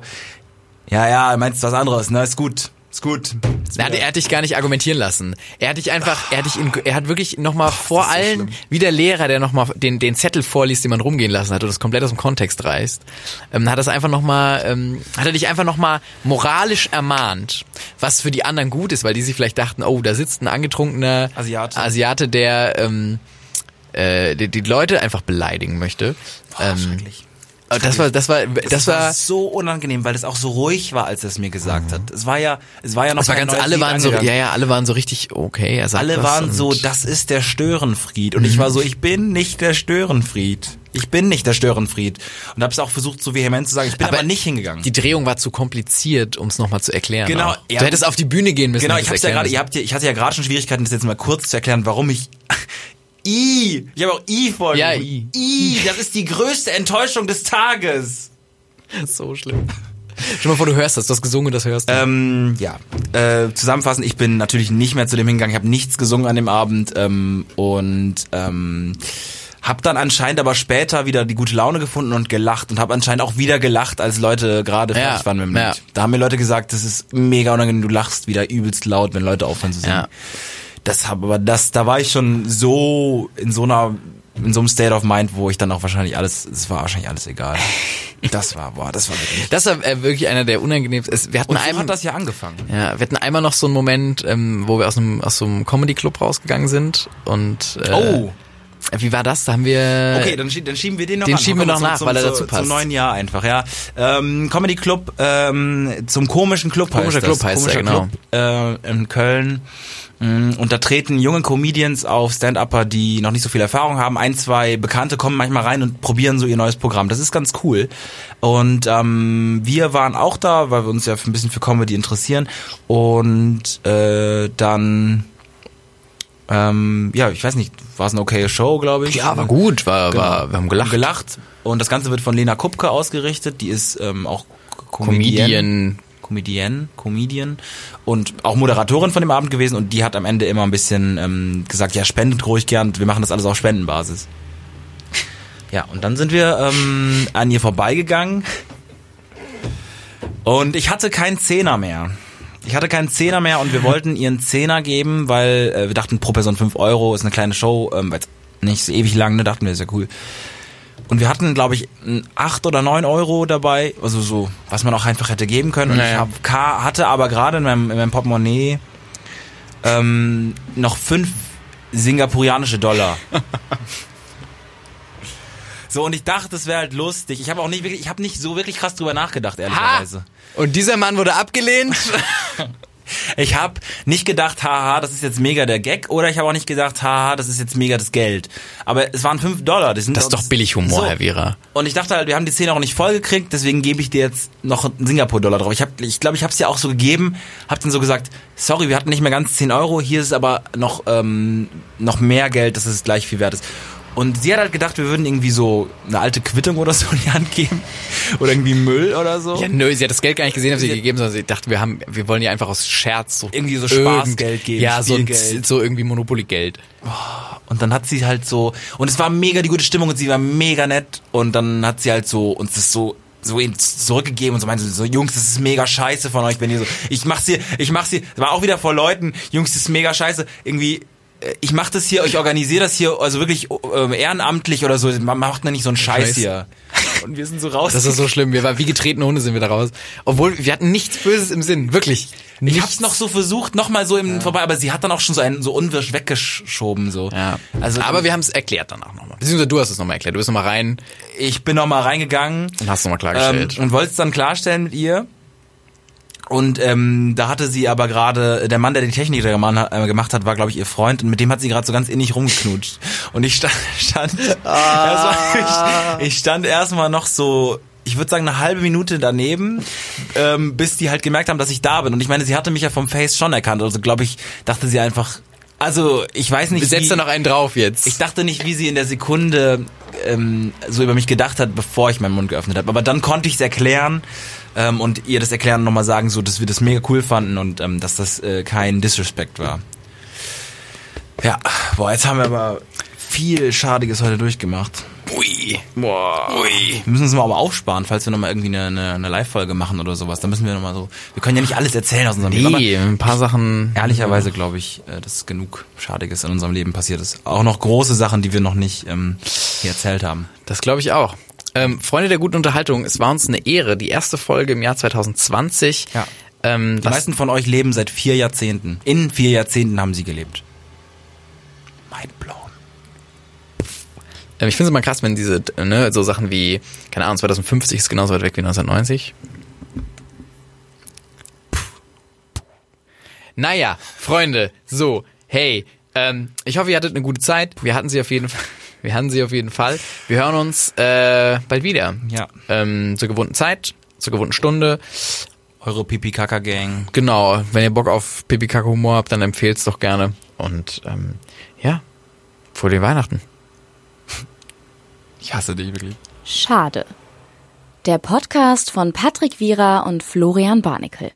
[SPEAKER 2] ja, ja, meinst was anderes, ne? Ist gut. Ist gut. Ist
[SPEAKER 3] Na,
[SPEAKER 2] mir-
[SPEAKER 3] er hat dich gar nicht argumentieren lassen. Er hat dich einfach, er hat dich in, er hat wirklich nochmal vor allen, wie der Lehrer, der nochmal den, den Zettel vorliest, den man rumgehen lassen hat und das komplett aus dem Kontext reißt, ähm, hat das einfach nochmal, ähm, hat er dich einfach nochmal moralisch ermahnt, was für die anderen gut ist, weil die sich vielleicht dachten, oh, da sitzt ein angetrunkener
[SPEAKER 2] Asiate.
[SPEAKER 3] Asiate der, ähm, äh, die, die Leute einfach beleidigen möchte. ähm,
[SPEAKER 2] schrecklich.
[SPEAKER 3] aber das war, das war, das war,
[SPEAKER 2] so unangenehm, weil es auch so ruhig war, als er es mir gesagt hat. Es war ja, es war ja noch
[SPEAKER 3] das war
[SPEAKER 2] kein
[SPEAKER 3] ganz,
[SPEAKER 2] neues
[SPEAKER 3] alle
[SPEAKER 2] Lied
[SPEAKER 3] waren so,
[SPEAKER 2] angegangen.
[SPEAKER 3] ja, ja, alle waren so richtig, okay, er sagt
[SPEAKER 2] Alle
[SPEAKER 3] was
[SPEAKER 2] waren
[SPEAKER 3] und- Mhm.
[SPEAKER 2] so, das ist der Störenfried. Und ich war so, ich bin nicht der Störenfried. Ich bin nicht der Störenfried. Und hab's auch versucht, so vehement zu sagen. Ich bin aber, nicht hingegangen.
[SPEAKER 3] Die Drehung war zu kompliziert, um es nochmal zu erklären.
[SPEAKER 2] Genau,
[SPEAKER 3] auch.
[SPEAKER 2] ja.
[SPEAKER 3] du hättest auf die Bühne gehen müssen.
[SPEAKER 2] Genau,
[SPEAKER 3] und
[SPEAKER 2] ich
[SPEAKER 3] das
[SPEAKER 2] hab's ja
[SPEAKER 3] erklären
[SPEAKER 2] gerade, ihr
[SPEAKER 3] müssen.
[SPEAKER 2] habt ja, ich hatte ja gerade schon Schwierigkeiten, das jetzt mal kurz zu erklären, warum ich I, ich habe auch I vor
[SPEAKER 3] Ja,
[SPEAKER 2] I.
[SPEAKER 3] I.
[SPEAKER 2] I, das ist die größte Enttäuschung des Tages.
[SPEAKER 3] so schlimm. Stell mal vor, du hörst das, du hast gesungen, das hörst du.
[SPEAKER 2] Ähm, ja, äh, zusammenfassend, ich bin natürlich nicht mehr zu dem hingegangen, ich habe nichts gesungen an dem Abend ähm, und ähm, habe dann anscheinend aber später wieder die gute Laune gefunden und gelacht und habe anscheinend auch wieder gelacht, als Leute gerade
[SPEAKER 3] Ja,
[SPEAKER 2] fertig waren mit dem
[SPEAKER 3] ja.
[SPEAKER 2] Lied. Da haben mir Leute gesagt, das ist mega unangenehm, du lachst wieder übelst laut, wenn Leute aufhören zu singen.
[SPEAKER 3] Ja.
[SPEAKER 2] Das habe aber das, da war ich schon so in so einer in so einem State of Mind, wo ich dann auch wahrscheinlich alles, es war wahrscheinlich alles egal. Das war, boah, das war wirklich.
[SPEAKER 3] Das war äh, wirklich einer der unangenehmsten. Es- Wir hatten
[SPEAKER 2] Und so
[SPEAKER 3] einmal
[SPEAKER 2] hat das ja angefangen.
[SPEAKER 3] Ja, wir hatten einmal noch so einen Moment, ähm, wo wir aus einem, aus so einem Comedy-Club rausgegangen sind und äh,
[SPEAKER 2] Oh.
[SPEAKER 3] wie war das? Da haben wir
[SPEAKER 2] Okay, dann, schie- dann schieben wir den noch
[SPEAKER 3] Äh, Den
[SPEAKER 2] an.
[SPEAKER 3] schieben wir
[SPEAKER 2] Komm,
[SPEAKER 3] noch nach, weil er
[SPEAKER 2] zu-
[SPEAKER 3] dazu passt.
[SPEAKER 2] Zum neuen Jahr einfach, ja. Ähm, Comedy Club, ähm, zum komischen Club heißt
[SPEAKER 3] Komischer
[SPEAKER 2] das.
[SPEAKER 3] Club heißt
[SPEAKER 2] komischer
[SPEAKER 3] der, genau.
[SPEAKER 2] Club, äh, in Köln. Mm, Und da treten junge Comedians auf Stand-Upper, die noch nicht so viel Erfahrung haben. Ein, zwei Bekannte kommen manchmal rein und probieren so ihr neues Programm. Das ist ganz cool. Und ähm, wir waren auch da, weil wir uns ja ein bisschen für Comedy interessieren. Und äh, dann, ähm, ja, ich weiß nicht, war es eine okaye Show, glaube ich.
[SPEAKER 3] ja, war gut, war,
[SPEAKER 2] Genau.
[SPEAKER 3] war wir haben gelacht.
[SPEAKER 2] gelacht. Und das Ganze wird von Lena Kupke ausgerichtet. Die ist ähm, auch Comedian.
[SPEAKER 3] Comedian.
[SPEAKER 2] Comedian, Comedian und auch Moderatorin von dem Abend gewesen und die hat am Ende immer ein bisschen ähm, gesagt, ja, spendet ruhig gern, wir machen das alles auf Spendenbasis. Ja, und dann sind wir ähm, an ihr vorbeigegangen und ich hatte keinen Zehner mehr. Ich hatte keinen Zehner mehr und wir wollten ihr einen Zehner geben, weil äh, wir dachten, pro Person 5 Euro ist eine kleine Show, ähm, weil es nicht so ewig lang, ne, dachten wir, ist ja cool. Und wir hatten, glaube ich, n- acht oder neun Euro dabei, also so, was man auch einfach hätte geben können. Und
[SPEAKER 3] Naja.
[SPEAKER 2] ich hab, K- hatte aber gerade in meinem, in meinem Portemonnaie ähm, noch fünf singapurianische Dollar. so, und ich dachte, es wäre halt lustig. Ich habe auch nicht wirklich, ich habe nicht so wirklich krass drüber nachgedacht, ehrlicherweise.
[SPEAKER 3] Und dieser Mann wurde abgelehnt.
[SPEAKER 2] Ich habe nicht gedacht, haha, das ist jetzt mega der Gag, oder ich habe auch nicht gedacht, haha, das ist jetzt mega das Geld. Aber es waren 5 Dollar. Das, sind
[SPEAKER 3] Das ist doch Billighumor, Herr Wira.
[SPEAKER 2] Und ich dachte halt, wir haben die Szene auch nicht voll gekriegt, deswegen gebe ich dir jetzt noch einen Singapur-Dollar drauf. Ich glaube, ich, glaub, ich habe es ja auch so gegeben, habe dann so gesagt, sorry, wir hatten nicht mehr ganz 10 Euro, hier ist aber noch, ähm, noch mehr Geld, dass es gleich viel wert ist. Und sie hat halt gedacht, wir würden irgendwie so eine alte Quittung oder so in die Hand geben. Oder irgendwie Müll oder so.
[SPEAKER 3] Ja, nö, sie hat das Geld gar nicht gesehen, haben sie ihr gegeben, sondern sie dachte, wir haben, wir wollen ihr einfach aus Scherz so
[SPEAKER 2] Irgendwie so Spaßgeld geben,
[SPEAKER 3] Ja, so, ein,
[SPEAKER 2] Spielgeld.
[SPEAKER 3] so irgendwie Monopoly-Geld.
[SPEAKER 2] Und dann hat sie halt so, und es war mega die gute Stimmung und sie war mega nett. Und dann hat sie halt so uns das so so eben zurückgegeben und so meinte sie so Jungs das ist mega scheiße von euch wenn ihr so ich mach's hier ich mach's hier war auch wieder vor Leuten Jungs das ist mega scheiße irgendwie äh, ich mach das hier ich organisiere das hier also wirklich äh, ehrenamtlich oder so man macht nicht so einen Scheiß,
[SPEAKER 3] Scheiß.
[SPEAKER 2] hier und wir sind so raus
[SPEAKER 3] Das ist so schlimm. Wir waren wie getretene Hunde sind wir da raus. Obwohl, wir hatten nichts Böses im Sinn. Wirklich.
[SPEAKER 2] ich hab's noch so versucht noch mal so im vorbei aber sie hat dann auch schon so einen so unwirsch weggeschoben so
[SPEAKER 3] Ja.
[SPEAKER 2] also
[SPEAKER 3] aber wir haben es erklärt danach nochmal. Beziehungsweise du hast es nochmal erklärt. Du bist nochmal rein
[SPEAKER 2] ich bin noch mal reingegangen
[SPEAKER 3] und hast nochmal klargestellt.
[SPEAKER 2] Ähm, und wollte es dann klarstellen mit ihr. Und ähm, da hatte sie aber gerade, der Mann, der die Technik da gemacht hat- äh, gemacht hat, war, glaube ich, ihr Freund und mit dem hat sie gerade so ganz innig rumgeknutscht. Und ich stand, stand erstmal, ich, ich stand erstmal noch so, ich würde sagen, eine halbe Minute daneben, ähm, bis die halt gemerkt haben, dass ich da bin. Und ich meine, sie hatte mich ja vom Face schon erkannt. Also, glaube ich, dachte sie einfach, also ich weiß nicht.
[SPEAKER 3] Setzt
[SPEAKER 2] wie-
[SPEAKER 3] da noch einen drauf jetzt.
[SPEAKER 2] ich dachte nicht, wie sie in der Sekunde ähm, so über mich gedacht hat, bevor ich meinen Mund geöffnet habe. Aber dann konnte ich es erklären ähm, und ihr das Erklären nochmal sagen, so dass wir das mega cool fanden und ähm, dass das äh, kein Disrespect war. Ja, boah, jetzt haben wir aber viel Schadiges heute durchgemacht.
[SPEAKER 3] Ui.
[SPEAKER 2] Boah. Wir
[SPEAKER 3] Ui.
[SPEAKER 2] müssen uns mal aber aufsparen, falls wir nochmal irgendwie eine, eine, eine Live-Folge machen oder sowas. Da müssen wir nochmal so. Wir können ja nicht alles erzählen aus unserem Leben. aber
[SPEAKER 3] Nee, ein paar Sachen.
[SPEAKER 2] Ehrlicherweise glaube ich, äh, dass genug Schadiges in unserem Leben passiert ist. Auch noch große Sachen, die wir noch nicht ähm, hier erzählt haben.
[SPEAKER 3] Das glaube ich auch. Ähm, Freunde der guten Unterhaltung, es war uns eine Ehre. Die erste Folge im Jahr 2020.
[SPEAKER 2] Ja.
[SPEAKER 3] Ähm,
[SPEAKER 2] Die
[SPEAKER 3] was-
[SPEAKER 2] meisten von euch leben seit vier Jahrzehnten. In vier Jahrzehnten haben sie gelebt. Mind blown.
[SPEAKER 3] Ähm, Ich finde es immer krass, wenn diese, äh, ne, so Sachen wie, keine Ahnung, 2050 ist genauso weit weg wie 1990. Puh. Naja, Freunde, so, hey, ähm, ich hoffe, ihr hattet eine gute Zeit. Wir hatten sie auf jeden Fall. Wir hatten sie auf jeden Fall. Wir hören uns äh, bald wieder.
[SPEAKER 2] Ja.
[SPEAKER 3] Ähm, zur gewohnten Zeit, zur gewohnten Stunde.
[SPEAKER 2] Eure Pipi-Kaka-Gang.
[SPEAKER 3] Genau, wenn ihr Bock auf pipi kaka humor habt, dann empfehlt's doch gerne. Und ähm, ja, vor den Weihnachten.
[SPEAKER 2] Ich hasse dich wirklich.
[SPEAKER 1] Schade. Der Podcast von Patrick Wierer und Florian Barnikel.